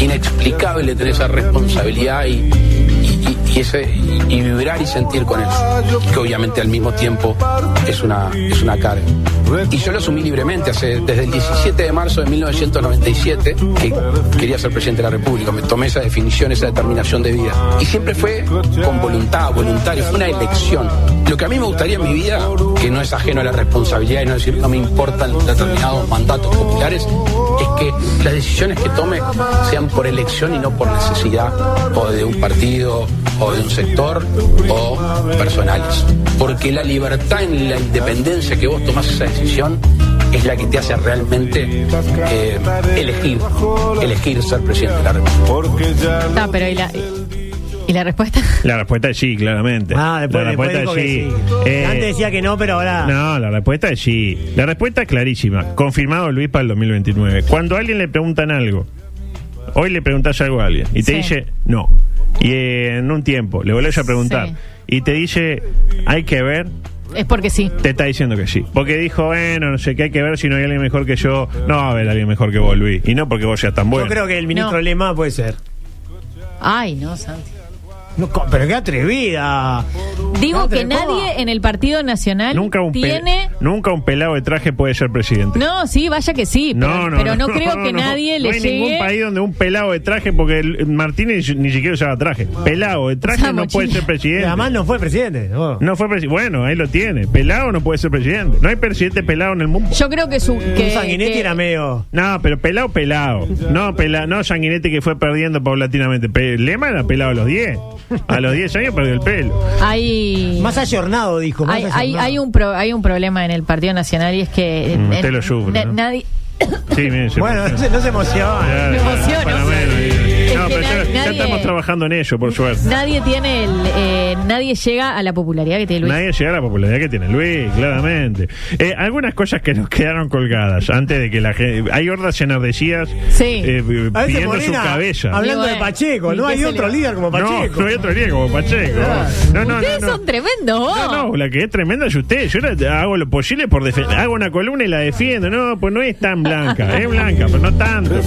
[SPEAKER 6] inexplicable tener esa responsabilidad y, y- y- y ese, y, y vibrar y sentir con eso. Que obviamente al mismo tiempo es una, es una carga. Y yo lo asumí libremente hace, desde el 17 de marzo de 1997, que quería ser presidente de la República. Me tomé esa definición, esa determinación de vida. Y siempre fue con voluntad, voluntario, fue una elección. Lo que a mí me gustaría en mi vida, que no es ajeno a la responsabilidad y no decir no me importan determinados mandatos populares, es que las decisiones que tome sean por elección y no por necesidad o de un partido o de un sector o personales. Porque la libertad en la independencia que vos tomás esa decisión es la que te hace realmente eh, elegir, elegir ser presidente de la República.
[SPEAKER 11] Ah, pero ¿y la, y la respuesta? <laughs>
[SPEAKER 10] La respuesta es sí, claramente.
[SPEAKER 7] Ah, después,
[SPEAKER 10] la
[SPEAKER 7] después
[SPEAKER 10] respuesta
[SPEAKER 7] dijo que sí.
[SPEAKER 10] Eh,
[SPEAKER 7] Antes decía que no, pero ahora.
[SPEAKER 10] No, la respuesta es sí. La respuesta es clarísima. Confirmado Luis para el 2029. Cuando a alguien le preguntan algo, hoy le preguntas algo a alguien y te
[SPEAKER 11] Sí.
[SPEAKER 10] dice no. Y eh, en un tiempo le volvés a preguntar
[SPEAKER 11] Sí.
[SPEAKER 10] y te dice hay que ver,
[SPEAKER 11] Es porque sí.
[SPEAKER 10] te está diciendo que sí. Porque dijo, bueno, no sé qué hay que ver si no hay alguien mejor que yo. No va a haber alguien mejor que vos, Luis. Y no porque vos seas tan bueno.
[SPEAKER 7] Yo creo que el ministro
[SPEAKER 11] No.
[SPEAKER 7] Lema puede ser.
[SPEAKER 11] Ay, no, Santi.
[SPEAKER 7] No, co- pero qué atrevida.
[SPEAKER 11] Digo
[SPEAKER 7] Madre,
[SPEAKER 11] que nadie
[SPEAKER 7] ¿cómo?
[SPEAKER 11] en el Partido Nacional
[SPEAKER 10] nunca, un pe-
[SPEAKER 11] tiene.
[SPEAKER 10] nunca un pelado de traje puede ser presidente.
[SPEAKER 11] No, sí, vaya que sí. Pero pero no, creo
[SPEAKER 10] <laughs>
[SPEAKER 11] que
[SPEAKER 10] no.
[SPEAKER 11] nadie le
[SPEAKER 10] No hay
[SPEAKER 11] llegue.
[SPEAKER 10] ningún país donde un pelado de traje, porque el- Martínez ni siquiera usaba traje. Pelado de traje
[SPEAKER 11] Usaba
[SPEAKER 10] no puede
[SPEAKER 11] mochila.
[SPEAKER 10] ser presidente.
[SPEAKER 7] Además no fue presidente. no.
[SPEAKER 10] No fue presi- Bueno, ahí lo tiene. Pelado no puede ser presidente. No hay presidente pelado en el mundo.
[SPEAKER 11] Yo creo que su.
[SPEAKER 7] Un
[SPEAKER 11] Que,
[SPEAKER 7] sanguinetti
[SPEAKER 11] que-
[SPEAKER 7] era medio.
[SPEAKER 10] No, pero pelado, pelado. No, pela, no Sanguinetti que fue perdiendo paulatinamente. Pe- Lema era pelado a los 10. A los 10 años perdió el pelo.
[SPEAKER 11] Hay.
[SPEAKER 7] Más ayornado, dijo. más
[SPEAKER 11] hay, hay,
[SPEAKER 7] ayornado.
[SPEAKER 11] hay un pro- hay un problema en el Partido Nacional y es que.
[SPEAKER 10] Mm,
[SPEAKER 11] en-
[SPEAKER 10] usted lo sufre,
[SPEAKER 11] na-
[SPEAKER 10] ¿no?
[SPEAKER 11] Nadie.
[SPEAKER 10] Sí, miren, se
[SPEAKER 7] Bueno,
[SPEAKER 10] emociona.
[SPEAKER 7] no <laughs> se, no se emociona.
[SPEAKER 10] Ya,
[SPEAKER 11] Me
[SPEAKER 10] ya,
[SPEAKER 11] emociono.
[SPEAKER 10] para menos, digo.
[SPEAKER 11] Es
[SPEAKER 10] No, pero ya, ya
[SPEAKER 11] nadie-
[SPEAKER 10] estamos trabajando en ello, por suerte.
[SPEAKER 11] Nadie tiene el, eh, nadie llega a la popularidad que tiene Luis.
[SPEAKER 10] Nadie llega a la popularidad que tiene Luis, claramente. Eh, algunas cosas que nos quedaron colgadas antes de que la gente. Hay hordas enardecidas
[SPEAKER 11] Sí.
[SPEAKER 10] eh, eh,
[SPEAKER 7] A veces
[SPEAKER 10] pidiendo su
[SPEAKER 7] Molina,
[SPEAKER 10] cabeza.
[SPEAKER 7] hablando
[SPEAKER 11] Y
[SPEAKER 7] de
[SPEAKER 11] bueno,
[SPEAKER 7] Pacheco,
[SPEAKER 11] ¿y
[SPEAKER 7] no
[SPEAKER 11] qué
[SPEAKER 7] hay
[SPEAKER 11] se
[SPEAKER 7] otro
[SPEAKER 11] le-
[SPEAKER 7] líder como Pacheco.
[SPEAKER 10] No, no hay otro líder como Pacheco. No, no, no,
[SPEAKER 11] Ustedes
[SPEAKER 10] no.
[SPEAKER 11] son tremendos, vos.
[SPEAKER 10] No, no, la que es tremenda es usted. Yo la- hago lo posible por defender. Hago una columna y la defiendo. No, pues no es tan blanca. Es blanca, pero no tanto.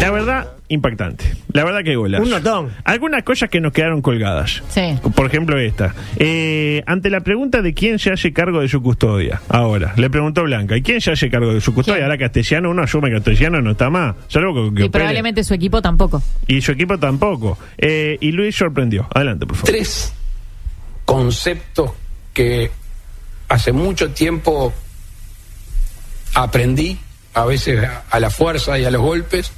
[SPEAKER 10] La verdad, impactante. La verdad que golazo.
[SPEAKER 7] Un notón.
[SPEAKER 10] Algunas cosas que nos quedaron colgadas.
[SPEAKER 11] Sí.
[SPEAKER 10] Por ejemplo, esta. Eh, ante la pregunta de quién se hace cargo de su custodia, ahora, le preguntó Blanca, ¿y quién se hace cargo de su custodia?
[SPEAKER 11] ¿Quién?
[SPEAKER 10] Ahora Castellano, uno asume que Castellano no está más, salvo que, que
[SPEAKER 11] Y
[SPEAKER 10] opere.
[SPEAKER 11] probablemente su equipo tampoco.
[SPEAKER 10] Y su equipo tampoco. Eh, y Luis sorprendió. Adelante, por favor.
[SPEAKER 6] tres conceptos que hace mucho tiempo aprendí, a veces a- a la fuerza y a los golpes,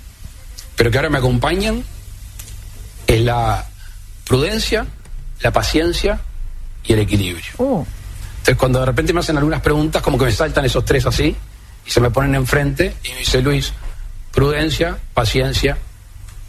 [SPEAKER 6] pero que ahora me acompañan, es la prudencia, la paciencia y el equilibrio.
[SPEAKER 11] Uh,
[SPEAKER 6] Entonces, cuando de repente me hacen algunas preguntas, como que me saltan esos tres así, y se me ponen enfrente, y me dice Luis, prudencia, paciencia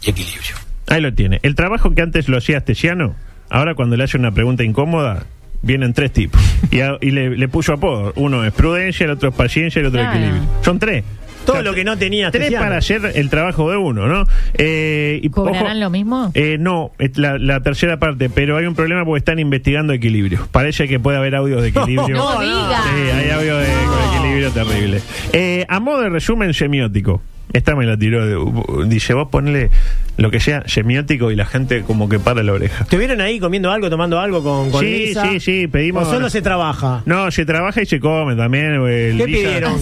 [SPEAKER 6] y equilibrio.
[SPEAKER 10] Ahí lo tiene. El trabajo que antes lo hacía Astesiano, ahora cuando le hace una pregunta incómoda, vienen tres tipos. Y, a- y le, le puso apodo. Uno es prudencia, el otro es paciencia, el otro es
[SPEAKER 11] Claro.
[SPEAKER 10] equilibrio. Son tres.
[SPEAKER 7] Todo lo que no tenía
[SPEAKER 10] Tres
[SPEAKER 7] Astesiano.
[SPEAKER 10] para hacer el trabajo de uno, ¿no? Eh, y,
[SPEAKER 11] ¿Cobrarán
[SPEAKER 10] ojo,
[SPEAKER 11] lo mismo?
[SPEAKER 10] Eh, no, es la, la tercera parte, pero hay un problema porque están investigando equilibrio. Parece que puede haber audios de equilibrio.
[SPEAKER 11] No, no digas.
[SPEAKER 10] Sí, hay audio de con equilibrio terrible. Eh, a modo de resumen semiótico, esta me la tiró. de- dice, vos ponle lo que sea semiótico y la gente como que para la oreja.
[SPEAKER 7] ¿Estuvieron ahí comiendo algo, tomando algo con, con
[SPEAKER 10] Sí,
[SPEAKER 7] Lisa?
[SPEAKER 10] sí, sí, pedimos-
[SPEAKER 7] ¿O solo se trabaja?
[SPEAKER 10] No, se trabaja y se come también. eh,
[SPEAKER 7] Ah. ¿Qué
[SPEAKER 10] Lisa-
[SPEAKER 7] pidieron?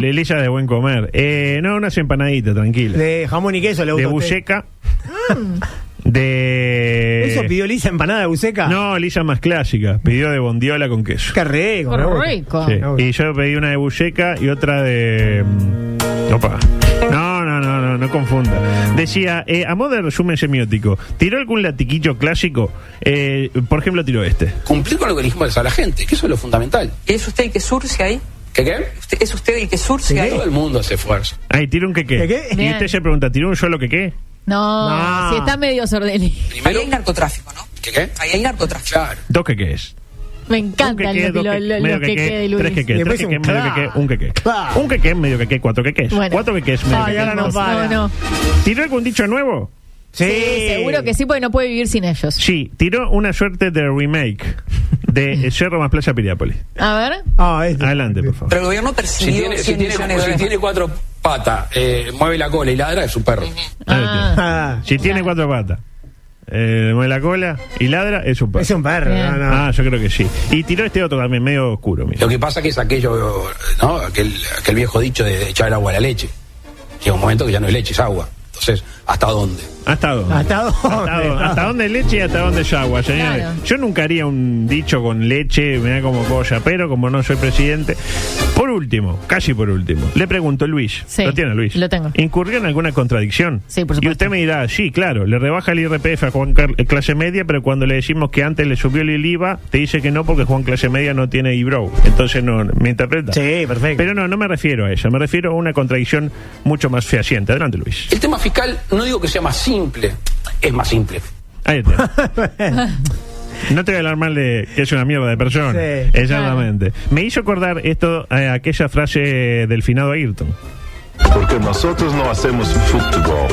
[SPEAKER 10] Le- Lisa de buen comer. Eh, no, unas empanaditas, tranquila. De,
[SPEAKER 7] De jamón y queso le gusta a usted.
[SPEAKER 10] buceca. De.
[SPEAKER 7] ¿Eso pidió Lisa empanada de buceca?
[SPEAKER 10] eh. No, Lisa más clásica. Pidió de bondiola con queso.
[SPEAKER 7] Qué rico,
[SPEAKER 11] qué
[SPEAKER 7] me gusta.
[SPEAKER 11] rico.
[SPEAKER 10] Sí,
[SPEAKER 7] Ah, bueno.
[SPEAKER 10] Y yo pedí una de buceca y otra de. mm, Opa. No, no, no, no, no confunda. Decía, eh, a modo de resumen semiótico, ¿tiró algún latiquillo clásico? Eh, por ejemplo, tiró este.
[SPEAKER 6] Cumplir con lo que le dijimos a la gente, que eso es lo fundamental.
[SPEAKER 12] ¿Es usted el que surce ahí?
[SPEAKER 6] ¿Qué qué?
[SPEAKER 12] ¿Usted- ¿Es usted el que surce ahí?
[SPEAKER 6] Todo el mundo hace esfuerzo.
[SPEAKER 10] Ay, tiró un quequé.
[SPEAKER 7] ¿Qué qué?
[SPEAKER 10] Y
[SPEAKER 11] Bien.
[SPEAKER 10] usted se pregunta, ¿tiró un solo quequé?
[SPEAKER 11] No,
[SPEAKER 7] No.
[SPEAKER 11] si está medio sordeli.
[SPEAKER 12] Ahí
[SPEAKER 6] Primero,
[SPEAKER 12] hay narcotráfico, ¿no?
[SPEAKER 6] ¿qué qué?
[SPEAKER 12] Ahí hay narcotráfico.
[SPEAKER 6] Claro.
[SPEAKER 10] Dos quequés.
[SPEAKER 11] <laughs> Me
[SPEAKER 10] Un
[SPEAKER 11] encanta
[SPEAKER 10] quequé,
[SPEAKER 11] lo,
[SPEAKER 10] dos
[SPEAKER 11] lo-
[SPEAKER 10] quequés,
[SPEAKER 11] lo-
[SPEAKER 10] medio
[SPEAKER 11] lo que
[SPEAKER 10] quequé,
[SPEAKER 11] quede de Luis.
[SPEAKER 10] tres quequés,
[SPEAKER 7] Después
[SPEAKER 10] tres quequés,
[SPEAKER 7] un
[SPEAKER 10] medio
[SPEAKER 7] cla-
[SPEAKER 10] quequé, un quequé.
[SPEAKER 7] Cla-
[SPEAKER 10] Un quequé, medio quequé, cuatro quequés.
[SPEAKER 11] Bueno.
[SPEAKER 10] Cuatro quequés, medio
[SPEAKER 7] Ay,
[SPEAKER 10] quequé.
[SPEAKER 7] ahora no para.
[SPEAKER 11] no.
[SPEAKER 10] ¿Tiró algún dicho nuevo?
[SPEAKER 7] Sí.
[SPEAKER 11] Sí, seguro que sí, porque no puede vivir sin ellos.
[SPEAKER 10] Sí, tiró una suerte de remake
[SPEAKER 7] <laughs>
[SPEAKER 10] de Cerro más Plaza Piriápolis.
[SPEAKER 11] A ver.
[SPEAKER 7] Ah, este.
[SPEAKER 10] Adelante, por favor.
[SPEAKER 12] Pero el gobierno
[SPEAKER 6] Si
[SPEAKER 12] percibió
[SPEAKER 6] tiene, si
[SPEAKER 12] 100
[SPEAKER 6] tiene-
[SPEAKER 12] millones de
[SPEAKER 6] si
[SPEAKER 12] dólares.
[SPEAKER 6] tiene cuatro patas, eh, mueve la cola y ladra, es su perro.
[SPEAKER 11] Ah,
[SPEAKER 7] Ah,
[SPEAKER 10] Si tiene cuatro patas, eh, mueve la cola y ladra, es un perro.
[SPEAKER 7] es un perro.
[SPEAKER 11] Bien.
[SPEAKER 7] no, no.
[SPEAKER 10] Ah, yo creo que sí. Y tiró este otro también, medio oscuro, mira.
[SPEAKER 6] Lo que pasa que es aquello, ¿no? Aquel, aquel viejo dicho de echar el agua a la leche. Llega un momento que ya no es leche, es agua. Entonces, ¿hasta dónde?
[SPEAKER 10] ¿Hasta dónde?
[SPEAKER 7] ¿Hasta dónde?
[SPEAKER 11] <laughs>
[SPEAKER 10] ¿Hasta dónde? ¿Hasta dónde leche y hasta dónde es agua, señores?
[SPEAKER 11] Claro.
[SPEAKER 10] Yo nunca haría un dicho con leche, me da como cosa, pero como no soy presidente. Por último, casi por último, le pregunto Luis.
[SPEAKER 11] Sí,
[SPEAKER 10] ¿Lo tiene Luis?
[SPEAKER 11] lo tengo.
[SPEAKER 10] ¿Incurrió en alguna contradicción?
[SPEAKER 11] Sí, por supuesto.
[SPEAKER 10] Y usted me dirá, sí, claro, le rebaja el IRPF a Juan Car- eh, clase media, pero cuando le decimos que antes le subió el IVA, te dice que no porque Juan clase media no tiene IBRO. Entonces no, me interpreta.
[SPEAKER 7] Sí, perfecto.
[SPEAKER 10] Pero no, no me refiero a eso, me refiero a una contradicción mucho más fehaciente. Adelante, Luis.
[SPEAKER 6] El tema fiscal, no digo que sea más simple, es más simple.
[SPEAKER 10] Ahí está.
[SPEAKER 7] <laughs>
[SPEAKER 10] No te voy a hablar mal de que es una mierda de persona.
[SPEAKER 7] Sí.
[SPEAKER 10] Exactamente. Me hizo acordar esto eh, aquella frase del finado Ayrton.
[SPEAKER 4] Porque nosotros no hacemos fútbol.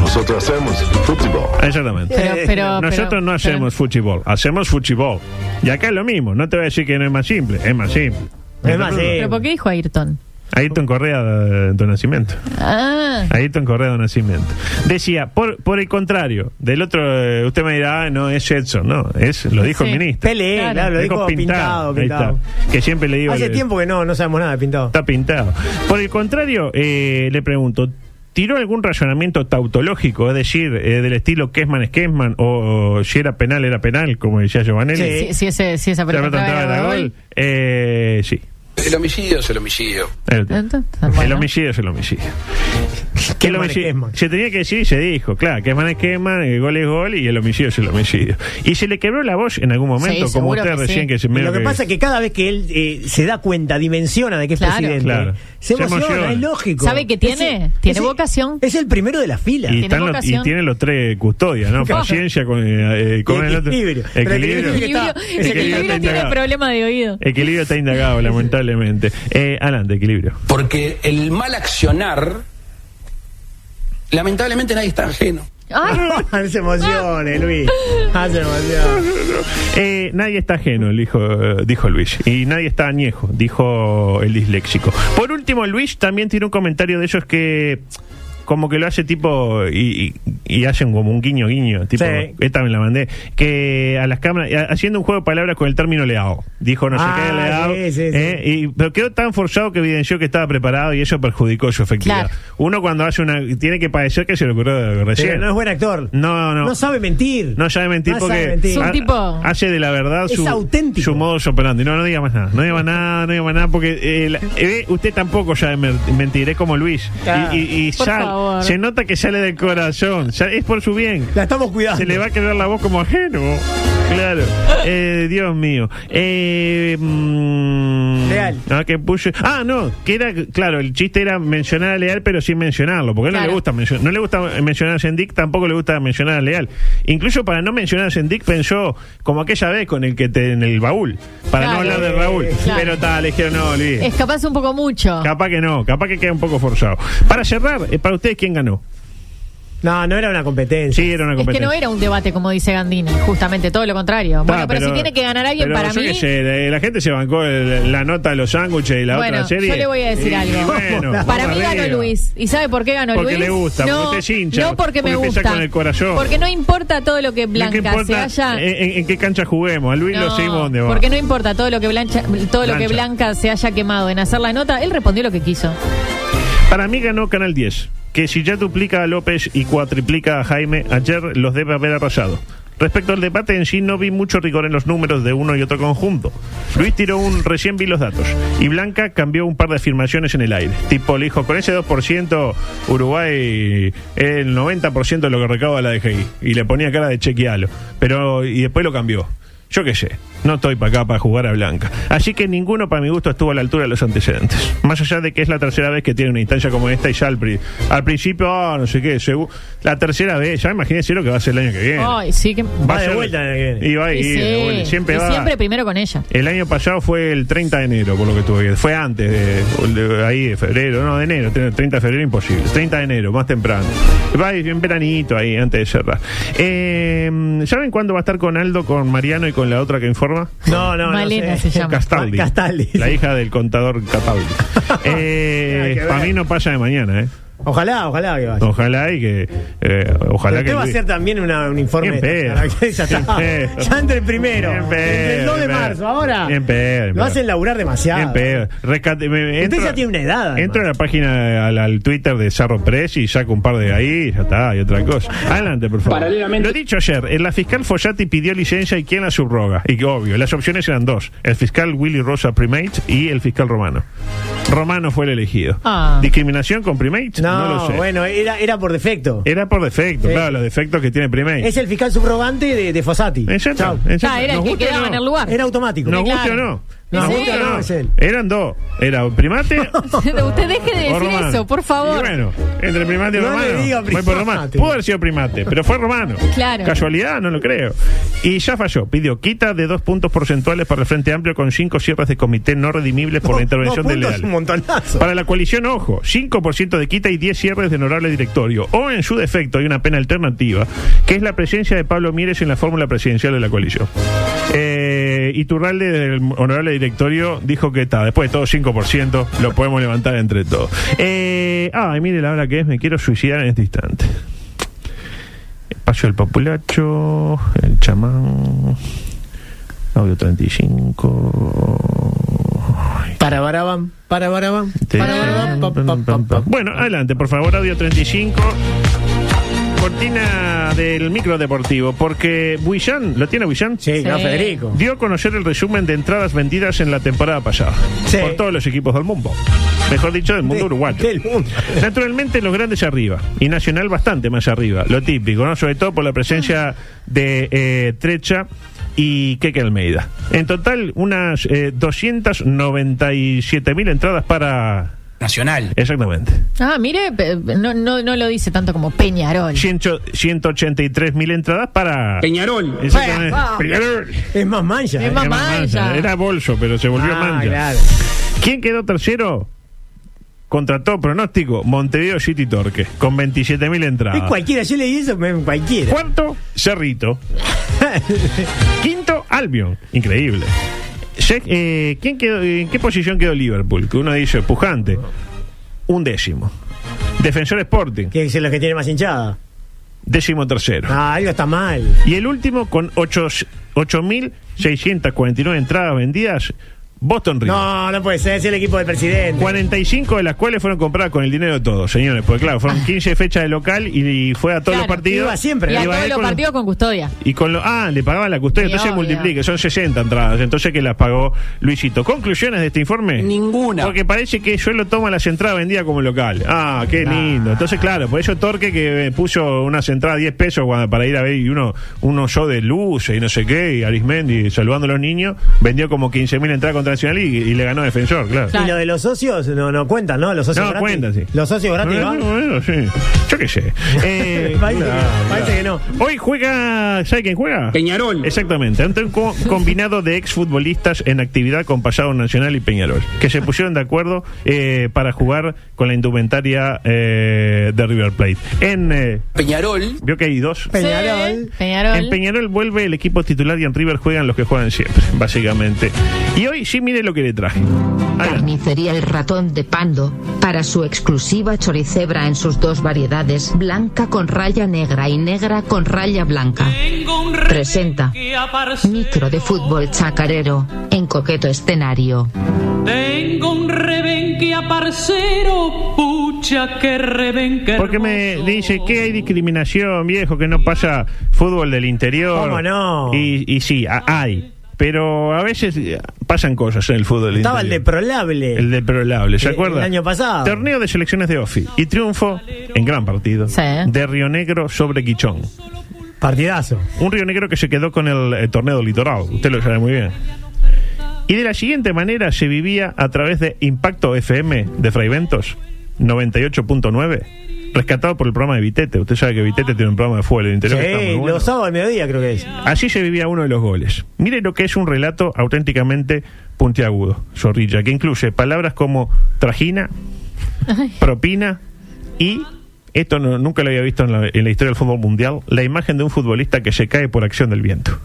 [SPEAKER 4] Nosotros hacemos fútbol.
[SPEAKER 10] Exactamente.
[SPEAKER 11] Pero, pero,
[SPEAKER 10] Nosotros
[SPEAKER 11] pero-
[SPEAKER 10] no hacemos fútbol, hacemos fútbol. Y acá es lo mismo, no te voy a decir que no es más simple, es más simple.
[SPEAKER 7] Es más, sí.
[SPEAKER 11] Pero, ¿por qué dijo Ayrton?
[SPEAKER 10] Ayrton Correa eh, de, de Nacimiento.
[SPEAKER 11] Ah,
[SPEAKER 10] Ayrton Correa de Nacimiento. Decía, por, por el contrario, del otro, eh, usted me dirá, "Ah, no, es Edson, no, es, lo dijo
[SPEAKER 11] Sí.
[SPEAKER 10] el ministro.
[SPEAKER 7] Pelé,
[SPEAKER 11] Claro.
[SPEAKER 7] claro, lo dijo pintado,
[SPEAKER 10] Ahí
[SPEAKER 7] pintado.
[SPEAKER 10] está. Que siempre le digo.
[SPEAKER 7] Hace
[SPEAKER 10] le-
[SPEAKER 7] tiempo que no, no sabemos nada de pintado.
[SPEAKER 10] Está pintado. Por el contrario, eh, le pregunto, ¿tiró algún razonamiento tautológico? Es decir, eh, del estilo Kesman es Kesman o, o si era penal era penal, como decía Giovanelli.
[SPEAKER 7] Sí.
[SPEAKER 11] si, si ese, si esa
[SPEAKER 10] Si la pelota
[SPEAKER 11] pelota
[SPEAKER 10] entraba,
[SPEAKER 11] era
[SPEAKER 10] era
[SPEAKER 11] gol.
[SPEAKER 10] gol. Eh, sí.
[SPEAKER 6] El homicidio es el homicidio.
[SPEAKER 10] Ahí lo tiene.
[SPEAKER 11] Entonces, bueno.
[SPEAKER 7] <laughs>
[SPEAKER 10] El homicidio es el homicidio. Que
[SPEAKER 7] Kessman
[SPEAKER 10] el
[SPEAKER 7] es
[SPEAKER 10] homicidio-
[SPEAKER 7] Kessman.
[SPEAKER 10] se tenía que decir y se dijo, claro, que es quema, el gol es gol y el homicidio es el homicidio. Y se le quebró la voz en algún momento,
[SPEAKER 11] Sí,
[SPEAKER 10] como
[SPEAKER 11] seguro
[SPEAKER 10] usted
[SPEAKER 11] que
[SPEAKER 10] recién
[SPEAKER 11] sí.
[SPEAKER 10] que se
[SPEAKER 7] Y
[SPEAKER 10] medio
[SPEAKER 7] Lo que pasa es que cada vez que él eh, se da cuenta, dimensiona de que es
[SPEAKER 11] Claro.
[SPEAKER 7] presidente,
[SPEAKER 10] Claro.
[SPEAKER 7] se,
[SPEAKER 10] Se
[SPEAKER 7] emociona,
[SPEAKER 10] emociona.
[SPEAKER 7] es lógico.
[SPEAKER 11] ¿Sabe qué tiene?
[SPEAKER 7] Ese-
[SPEAKER 11] Tiene
[SPEAKER 7] ese-
[SPEAKER 11] vocación.
[SPEAKER 7] Es el primero de la fila.
[SPEAKER 10] Y,
[SPEAKER 11] Tiene
[SPEAKER 10] están los- y
[SPEAKER 11] vocación.
[SPEAKER 10] tienen los tres custodias,
[SPEAKER 11] <laughs>
[SPEAKER 10] ¿no?
[SPEAKER 11] Claro.
[SPEAKER 10] Paciencia con, eh, eh, con el otro.
[SPEAKER 7] Equilibrio. Pero
[SPEAKER 10] Equilibrio.
[SPEAKER 7] equilibrio
[SPEAKER 11] Equilibrio,
[SPEAKER 7] está-
[SPEAKER 11] el equilibrio tiene
[SPEAKER 10] indagado.
[SPEAKER 11] problema de oído.
[SPEAKER 10] Equilibrio está indagado, lamentablemente. Eh, adelante, equilibrio.
[SPEAKER 6] Porque el mal accionar, lamentablemente nadie está ajeno.
[SPEAKER 7] Ah.
[SPEAKER 11] Ay,
[SPEAKER 7] <laughs> se emociona, Luis. Ah, se emociona.
[SPEAKER 10] <laughs> Eh, nadie está ajeno, dijo, eh, dijo Luis. Y nadie está añejo, dijo el disléxico. Por último, Luis también tiene un comentario de esos que. Como que lo hace tipo. Y, y- y hacen como un guiño guiño. Tipo,
[SPEAKER 7] Sí.
[SPEAKER 10] esta me la mandé. Que a las cámaras. a- Haciendo un juego de palabras con el término leao. Dijo no sé
[SPEAKER 7] Ah,
[SPEAKER 10] qué leao.
[SPEAKER 7] sí, sí,
[SPEAKER 10] eh, y- pero quedó tan forzado que evidenció que estaba preparado y eso perjudicó su efectividad.
[SPEAKER 11] Claro.
[SPEAKER 10] Uno cuando hace una. Tiene que padecer que se lo ocurrió recién.
[SPEAKER 7] Pero no es buen actor.
[SPEAKER 10] No, no.
[SPEAKER 7] No sabe mentir.
[SPEAKER 10] No sabe mentir
[SPEAKER 7] No
[SPEAKER 10] porque
[SPEAKER 7] sabe mentir.
[SPEAKER 11] Es un
[SPEAKER 10] ha-
[SPEAKER 11] tipo-
[SPEAKER 10] hace de la verdad
[SPEAKER 7] Es
[SPEAKER 10] su,
[SPEAKER 7] auténtico.
[SPEAKER 10] su modus operandi. No, no diga más nada. No diga más nada, no diga más nada porque eh, la- eh, usted tampoco sabe mer- mentir, es como Luis. Y-
[SPEAKER 7] Claro.
[SPEAKER 10] Y, y
[SPEAKER 11] Por
[SPEAKER 10] sal-
[SPEAKER 11] favor.
[SPEAKER 10] se nota que sale del corazón. Sa- es por su bien.
[SPEAKER 7] La estamos cuidando.
[SPEAKER 10] Se le va a quedar la voz como ajeno.
[SPEAKER 11] <laughs>
[SPEAKER 10] Claro. Eh, Dios mío. Eh, mm,
[SPEAKER 7] Leal.
[SPEAKER 10] ah, que puso- ah, no. Que era, claro, el chiste era mencionar a Leal, pero sin mencionarlo. Porque a él no
[SPEAKER 11] Claro.
[SPEAKER 10] le gusta mencionar. No le gusta mencionar a Sendik, tampoco le gusta mencionar a Leal. Incluso para no mencionar a Sendik pensó como aquella vez con el que te en el baúl. Para no
[SPEAKER 11] Claro.
[SPEAKER 10] hablar de Raúl.
[SPEAKER 11] Claro.
[SPEAKER 10] Pero tal, le dijeron, no, olvide.
[SPEAKER 11] es capaz un poco mucho.
[SPEAKER 10] Capaz que no, capaz que queda un poco forzado. Para cerrar, eh, para ustedes, ¿quién ganó?
[SPEAKER 7] No, no era una competencia.
[SPEAKER 10] Sí, era una
[SPEAKER 11] Es que
[SPEAKER 10] competencia.
[SPEAKER 11] no era un debate como dice Gandini, justamente todo lo contrario.
[SPEAKER 10] Está,
[SPEAKER 11] bueno, pero, si tiene que ganar alguien
[SPEAKER 10] Ah, pero
[SPEAKER 11] para
[SPEAKER 10] yo
[SPEAKER 11] mí,
[SPEAKER 10] qué sé, la, la gente se bancó el- la nota de los sándwiches y la
[SPEAKER 11] bueno,
[SPEAKER 10] otra serie.
[SPEAKER 11] yo le voy a decir
[SPEAKER 10] Y
[SPEAKER 11] algo.
[SPEAKER 10] bueno,
[SPEAKER 11] para
[SPEAKER 10] vamos
[SPEAKER 11] mí ganó
[SPEAKER 10] arriba.
[SPEAKER 11] Luis. ¿Y sabe por qué ganó
[SPEAKER 10] Porque
[SPEAKER 11] Luis?
[SPEAKER 10] le gusta, porque usted es hincha,
[SPEAKER 11] no porque, me
[SPEAKER 10] porque piensa
[SPEAKER 11] gusta.
[SPEAKER 10] con el corazón.
[SPEAKER 11] Porque no importa todo lo que
[SPEAKER 10] No que
[SPEAKER 11] Blanca se
[SPEAKER 10] importa
[SPEAKER 11] haya
[SPEAKER 10] en, en- en qué cancha juguemos, a Luis lo
[SPEAKER 11] No,
[SPEAKER 10] seguimos donde va.
[SPEAKER 11] Porque no importa todo lo que Blanca, todo lo que
[SPEAKER 10] Blancha.
[SPEAKER 11] Blanca se haya quemado en hacer la nota, él respondió lo que quiso.
[SPEAKER 10] Para mí ganó Canal 10, que si ya duplica a López y cuatriplica a Jaime, ayer los debe haber arrasado. Respecto al debate en sí, no vi mucho rigor en los números de uno y otro conjunto. Luis tiró un recién vi los datos y Blanca cambió un par de afirmaciones en el aire. Tipo, le dijo, con ese 2% Uruguay es el 90% de lo que recauda la DGI. Y le ponía cara de chequealo. Pero, y después lo cambió. Yo qué sé, no estoy para acá para jugar a Blanca. Así que ninguno para mi gusto estuvo a la altura de los antecedentes. Más allá de que es la tercera vez que tiene una instancia como esta y ya al, pri- al principio, ah, no sé qué, segu- la tercera vez, ya imagínense lo que va a ser el año que viene.
[SPEAKER 11] Ay, sí que.
[SPEAKER 7] de
[SPEAKER 10] Va a ser-
[SPEAKER 7] vuelta el año que viene.
[SPEAKER 10] Y va a
[SPEAKER 11] Y
[SPEAKER 10] ir,
[SPEAKER 11] sí.
[SPEAKER 10] de vuelta. Siempre
[SPEAKER 11] Y
[SPEAKER 10] va.
[SPEAKER 11] siempre primero con ella.
[SPEAKER 10] El año pasado fue el 30 de enero, por lo que tuve que Fue antes de, de- ahí de febrero, no, de enero. tre- 30 de febrero imposible. 30 de enero, más temprano. Va y bien veranito ahí, antes de cerrar. Eh, ¿Saben cuándo va a estar con Aldo, con Mariano y con la otra que informa?
[SPEAKER 7] No, no, no.
[SPEAKER 11] Malena
[SPEAKER 7] sé.
[SPEAKER 11] se llama.
[SPEAKER 10] Castaldi.
[SPEAKER 7] Ah, Castaldi.
[SPEAKER 10] La hija del
[SPEAKER 7] <laughs>
[SPEAKER 10] contador Cataldi.
[SPEAKER 7] Hay que ver.
[SPEAKER 10] para mí no pasa de mañana, ¿eh?
[SPEAKER 7] Ojalá, ojalá que vaya.
[SPEAKER 10] Ojalá y que. eh, ojalá
[SPEAKER 7] Pero
[SPEAKER 10] que.
[SPEAKER 7] usted va a
[SPEAKER 10] Luis-
[SPEAKER 7] hacer también una, un informe. de
[SPEAKER 10] Bien pedo.
[SPEAKER 7] estas características. <laughs> ya,
[SPEAKER 10] Bien
[SPEAKER 7] está.
[SPEAKER 10] pedo.
[SPEAKER 7] ya entre el primero.
[SPEAKER 10] Bien pedo,
[SPEAKER 7] entre el 2 de
[SPEAKER 10] bien
[SPEAKER 7] marzo,
[SPEAKER 10] pedo.
[SPEAKER 7] ahora.
[SPEAKER 10] Bien pedo, bien
[SPEAKER 7] Lo
[SPEAKER 10] pedo.
[SPEAKER 7] hacen laburar demasiado.
[SPEAKER 10] Bien peor. Rescate- me- me
[SPEAKER 7] Usted Este ya tiene una edad, además.
[SPEAKER 10] Entro a la página, al, al Twitter de Sarro Press y saco un par de ahí, ya está, y otra cosa. Adelante, por favor.
[SPEAKER 2] Paralelamente-
[SPEAKER 10] Lo dicho ayer, eh, la fiscal Fossati pidió licencia y quién la subroga. Y que, obvio, las opciones eran dos: el fiscal Willy Rosa Primate y el fiscal Romano. Romano fue el elegido.
[SPEAKER 11] Ah.
[SPEAKER 10] ¿Discriminación con Primate? No,
[SPEAKER 7] No,
[SPEAKER 10] lo sé.
[SPEAKER 7] bueno, era, era por defecto.
[SPEAKER 10] Era por defecto,
[SPEAKER 7] Sí.
[SPEAKER 10] claro, los defectos que tiene Primate.
[SPEAKER 7] Es el fiscal subrogante de, de Fossati.
[SPEAKER 10] Exacto,
[SPEAKER 7] Chau.
[SPEAKER 10] exacto.
[SPEAKER 11] Ah, era el
[SPEAKER 10] Nos
[SPEAKER 11] que
[SPEAKER 10] guste o
[SPEAKER 11] quedaba
[SPEAKER 10] no.
[SPEAKER 11] en el lugar. <laughs>
[SPEAKER 7] Era automático.
[SPEAKER 10] Eh. Nos
[SPEAKER 11] Sí,
[SPEAKER 10] guste o
[SPEAKER 11] claro.
[SPEAKER 10] no.
[SPEAKER 7] No,
[SPEAKER 10] Nos
[SPEAKER 11] sí.
[SPEAKER 10] guste o
[SPEAKER 7] no, es él.
[SPEAKER 10] Eran dos. Era
[SPEAKER 7] <laughs>
[SPEAKER 10] un primate.
[SPEAKER 11] Usted deje de
[SPEAKER 10] o
[SPEAKER 11] decir
[SPEAKER 10] romano.
[SPEAKER 11] eso, por
[SPEAKER 10] Y
[SPEAKER 11] favor.
[SPEAKER 10] bueno, entre primate y
[SPEAKER 7] No le
[SPEAKER 10] romano.
[SPEAKER 7] diga
[SPEAKER 10] fue por romano.
[SPEAKER 7] primate.
[SPEAKER 10] Pudo haber sido primate, pero fue romano.
[SPEAKER 11] Claro.
[SPEAKER 10] Casualidad, no lo creo. Y ya falló. Pidió quita de dos puntos porcentuales para el Frente Amplio con cinco cierres de comité no redimibles por la intervención
[SPEAKER 7] no,
[SPEAKER 10] del
[SPEAKER 7] puntos,
[SPEAKER 10] leal.
[SPEAKER 7] un montonazo.
[SPEAKER 10] Para la coalición, ojo, 5% de quita y 10 cierres de honorable directorio. O en su defecto hay una pena alternativa, que es la presencia de Pablo Mieres en la fórmula presidencial de la coalición. Eh, Iturralde del honorable directorio dijo que está, después de todo 5%, lo podemos levantar entre todos. Eh, ay, mire la hora que es, me quiero suicidar en este instante. Paso el populacho, el chamán, audio 35.
[SPEAKER 7] Para barabam, para barabam. Para barabam, pam, pam, pam, pam.
[SPEAKER 10] Bueno, adelante, por favor, audio 35. cortina del micro deportivo, porque Buillán, ¿lo tiene Buillán?
[SPEAKER 7] Sí, no, Sí. Federico.
[SPEAKER 10] Dio a conocer el resumen de entradas vendidas en la temporada pasada
[SPEAKER 7] Sí.
[SPEAKER 10] por todos los equipos del mundo. Mejor dicho, del mundo
[SPEAKER 7] De-
[SPEAKER 10] uruguayo.
[SPEAKER 7] del mundo.
[SPEAKER 10] Naturalmente, los grandes arriba y Nacional bastante más arriba, lo típico, ¿no? Sobre todo por la presencia de eh, Trecha y Keke Almeida. En total, unas eh, 297 mil entradas para. Nacional. Exactamente.
[SPEAKER 11] Ah, mire, pe- no, no, no lo dice tanto como Peñarol.
[SPEAKER 10] 183 mil entradas para
[SPEAKER 2] Peñarol.
[SPEAKER 10] Exactamente.
[SPEAKER 11] Ah.
[SPEAKER 10] Peñarol.
[SPEAKER 7] Es más mancha.
[SPEAKER 11] Es
[SPEAKER 7] eh.
[SPEAKER 11] más
[SPEAKER 10] Era
[SPEAKER 11] mancha.
[SPEAKER 10] Era bolso, pero se volvió
[SPEAKER 7] Ah,
[SPEAKER 10] mancha.
[SPEAKER 7] claro.
[SPEAKER 10] ¿Quién quedó tercero? Contrató pronóstico Montevideo City Torque con 27 mil
[SPEAKER 7] Es
[SPEAKER 10] entradas.
[SPEAKER 7] cualquiera, yo leí eso, me- cualquiera.
[SPEAKER 10] Cuarto,
[SPEAKER 7] <laughs>
[SPEAKER 10] Cerrito. Quinto, Albion. Increíble. Se- eh, ¿quién quedó- ¿En qué posición quedó Liverpool? Que uno dice, pujante. Un décimo. Defensor Sporting,
[SPEAKER 7] que es los que tiene más hinchada.
[SPEAKER 10] décimo tercero.
[SPEAKER 7] Ah, algo está mal.
[SPEAKER 10] Y el último con ocho- 8.649 entradas vendidas, Boston River.
[SPEAKER 7] No, no puede ser, es el equipo del presidente.
[SPEAKER 10] 45 de las cuales fueron compradas con el dinero de todos, señores. Porque claro, fueron 15 fechas de local y, y fue a todos
[SPEAKER 11] Claro,
[SPEAKER 10] los partidos.
[SPEAKER 7] iba siempre,
[SPEAKER 11] Y a
[SPEAKER 10] Iba
[SPEAKER 11] todos
[SPEAKER 10] él
[SPEAKER 11] los
[SPEAKER 10] con los-
[SPEAKER 11] partidos con custodia.
[SPEAKER 10] Y con lo, ah, le pagaban la custodia,
[SPEAKER 11] Sí,
[SPEAKER 10] entonces
[SPEAKER 11] obvio.
[SPEAKER 10] multiplique, son 60 entradas, entonces que las pagó Luisito. ¿Conclusiones de este informe?
[SPEAKER 2] Ninguna.
[SPEAKER 10] Porque parece que yo lo tomo las entradas vendidas como local. Ah, qué lindo. Entonces, claro, por eso Torque que eh, puso unas entradas 10 pesos cuando- para ir a ver y uno, uno show de luces y no sé qué, y Arismendi saludando a los niños, vendió como 15.000 entradas contra Nacional y, y le ganó Defensor, claro.
[SPEAKER 7] Y lo de los socios, no, no cuentan, ¿no? Los socios
[SPEAKER 10] No,
[SPEAKER 7] gratis.
[SPEAKER 10] cuentan, sí.
[SPEAKER 7] Los socios gratis
[SPEAKER 10] Eh,
[SPEAKER 7] van.
[SPEAKER 10] bueno, sí. Yo
[SPEAKER 7] <laughs>
[SPEAKER 10] qué sé. Eh,
[SPEAKER 7] Parece que no, parece que no.
[SPEAKER 10] Hoy juega, ¿sabe quién juega?
[SPEAKER 2] Peñarol.
[SPEAKER 10] Exactamente, ante un co- combinado de exfutbolistas en actividad con Pasado Nacional y Peñarol, que se pusieron de acuerdo eh, para jugar con la indumentaria eh, de River Plate. En, eh,
[SPEAKER 13] Peñarol,
[SPEAKER 10] vio que hay dos.
[SPEAKER 7] Peñarol.
[SPEAKER 11] Sí, Peñarol.
[SPEAKER 10] En Peñarol vuelve el equipo titular y en River juegan los que juegan siempre, básicamente. Y hoy sí, mire lo que le traje. Adelante.
[SPEAKER 12] Carnicería El Ratón de Pando, para su exclusiva choricebra en sus dos variedades, blanca con raya negra y negra con raya blanca. Presenta Micro de Fútbol Chacarero, en coqueto escenario.
[SPEAKER 14] Tengo un rebenquia parcero, pucha que rebenque.
[SPEAKER 10] Porque me dice que hay discriminación, viejo, que no pasa fútbol del interior.
[SPEAKER 7] ¿Cómo no?
[SPEAKER 10] Y, y sí, a- hay. Pero a veces eh, pasan cosas en el fútbol del
[SPEAKER 7] Estaba el de
[SPEAKER 10] interior.
[SPEAKER 7] Prolable.
[SPEAKER 10] El de Prolable, ¿se
[SPEAKER 7] El-
[SPEAKER 10] acuerda?
[SPEAKER 7] el año pasado.
[SPEAKER 10] Torneo de selecciones de OFI y triunfo en gran partido
[SPEAKER 11] Sí.
[SPEAKER 10] de Río Negro sobre Quichón.
[SPEAKER 7] Partidazo.
[SPEAKER 10] Un Río Negro que se quedó con el, eh, torneo litoral, usted lo sabe muy bien. Y de la siguiente manera se vivía a través de Impacto FM de Fray Ventos, 98.9, rescatado por el programa de Vitete. Usted sabe que Vitete tiene un programa de fútbol en el interior. que está muy
[SPEAKER 7] Sí,
[SPEAKER 10] bueno.
[SPEAKER 7] los sábados al mediodía creo
[SPEAKER 10] <laughs>
[SPEAKER 7] que es.
[SPEAKER 10] Así se vivía uno de los goles. Mire lo que es un relato auténticamente puntiagudo, zorrilla, que incluye palabras como trajina, propina y, esto no- nunca lo había visto en la, en la historia del fútbol mundial, la imagen de un futbolista que se cae por acción del viento.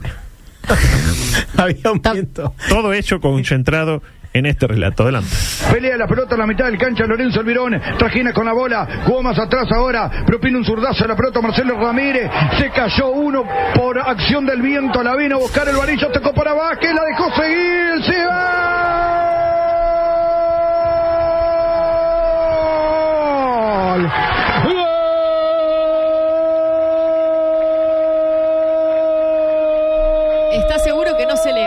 [SPEAKER 7] Había un viento.
[SPEAKER 10] Todo eso concentrado en este relato. Adelante.
[SPEAKER 6] Pelea la pelota en la mitad del cancha Lorenzo Almirón. Trajina con la bola. Jugó más atrás ahora. Propina un zurdazo a la pelota Marcelo Ramírez. Se cayó uno por acción del viento. La vino a buscar el varillo. Tocó para Vázquez. La dejó seguir. Se va. Gol.
[SPEAKER 11] Está seguro que no se le.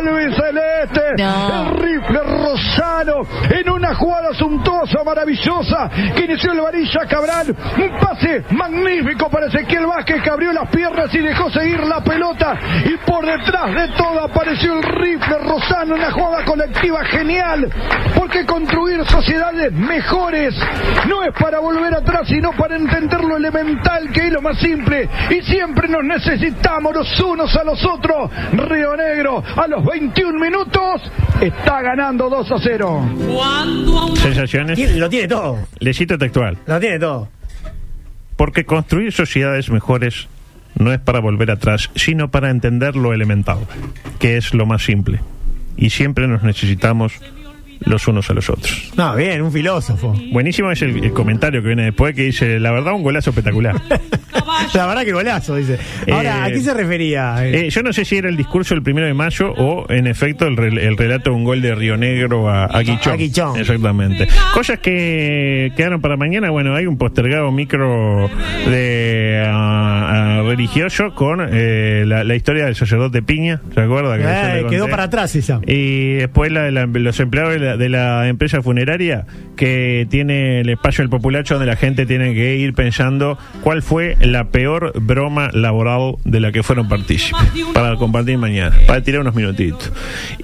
[SPEAKER 6] ¡Gol al Celeste!
[SPEAKER 11] No.
[SPEAKER 6] El rifle Rosano en una jugada suntuosa, maravillosa que inició el varilla Cabral. Un pase magnífico para Ezequiel Vázquez que abrió las piernas y dejó seguir la pelota. Y por detrás de todo apareció el rifle Rosano, una jugada colectiva genial. Porque construir sociedades mejores no es para volver atrás, sino para entender lo elemental que es lo más simple. Y siempre nos necesitamos los unos a los otros. Río Negro, a los 21 minutos, está ganando 2 a 0.
[SPEAKER 10] Sensaciones.
[SPEAKER 7] Tiene- Lo tiene todo.
[SPEAKER 10] Lecito textual.
[SPEAKER 7] Lo tiene todo.
[SPEAKER 10] Porque construir sociedades mejores no es para volver atrás, sino para entender lo elemental, que es lo más simple. Y siempre nos necesitamos los unos a los otros.
[SPEAKER 7] No, bien, un filósofo.
[SPEAKER 10] Buenísimo es el, el comentario que viene después que dice, la verdad, un golazo espectacular.
[SPEAKER 7] La verdad que golazo, dice. Ahora, ¿a
[SPEAKER 10] Eh,
[SPEAKER 7] qué se refería?
[SPEAKER 10] Eh, yo no sé si era el discurso del primero de mayo o, en efecto, el, rel- el relato de un gol de Río Negro a, a Guichón.
[SPEAKER 7] A Guichón.
[SPEAKER 10] Exactamente. Cosas que quedaron para mañana. Bueno, hay un postergado micro de ah, ah, religioso con eh, la, la historia del sacerdote Piña. ¿Se acuerda? Que yo
[SPEAKER 7] Eh,
[SPEAKER 10] le conté? Eh,
[SPEAKER 7] quedó para atrás esa.
[SPEAKER 10] Y después la de la- los empleados de la, de la empresa funeraria que tiene el espacio del populacho donde la gente tiene que ir pensando cuál fue la peor broma laboral de la que fueron partícipes para compartir mañana, para tirar unos minutitos.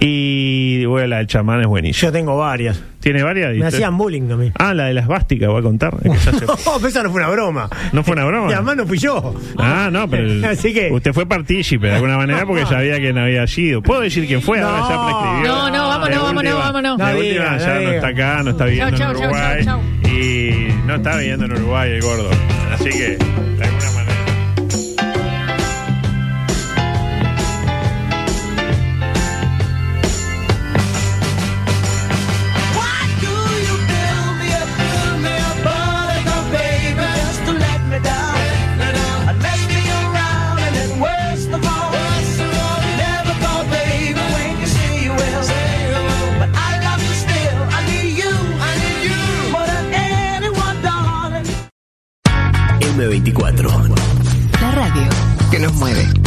[SPEAKER 10] Y bueno, la del chamán es buenísima.
[SPEAKER 7] Yo tengo varias.
[SPEAKER 10] ¿Tiene varias?
[SPEAKER 7] Me hacían bullying a mí.
[SPEAKER 10] Ah, la de las básticas, voy a contar. Es que ya
[SPEAKER 7] <laughs>
[SPEAKER 10] se-
[SPEAKER 7] No, pero esa no fue una broma.
[SPEAKER 10] ¿No
[SPEAKER 7] <laughs>
[SPEAKER 10] fue una broma?
[SPEAKER 7] Y además no fui yo.
[SPEAKER 10] Ah, no, pero el-
[SPEAKER 7] Así que-
[SPEAKER 10] usted fue partícipe de alguna manera
[SPEAKER 7] <laughs>
[SPEAKER 10] porque sabía quién había sido. ¿Puedo decir quién fue? Ahora ya prescribió.
[SPEAKER 11] No, no, vámonos,
[SPEAKER 10] De
[SPEAKER 11] vámonos,
[SPEAKER 10] última-
[SPEAKER 11] vámonos.
[SPEAKER 10] de
[SPEAKER 11] No
[SPEAKER 10] última
[SPEAKER 11] diga,
[SPEAKER 10] ya
[SPEAKER 11] no
[SPEAKER 10] no
[SPEAKER 11] diga.
[SPEAKER 10] está acá, no está viviendo
[SPEAKER 11] chau,
[SPEAKER 10] en
[SPEAKER 11] chau,
[SPEAKER 10] Uruguay.
[SPEAKER 11] chau,
[SPEAKER 10] Y no está viviendo en Uruguay el gordo. Así que, de alguna manera.
[SPEAKER 1] M24.
[SPEAKER 3] La radio.
[SPEAKER 1] Que nos mueve.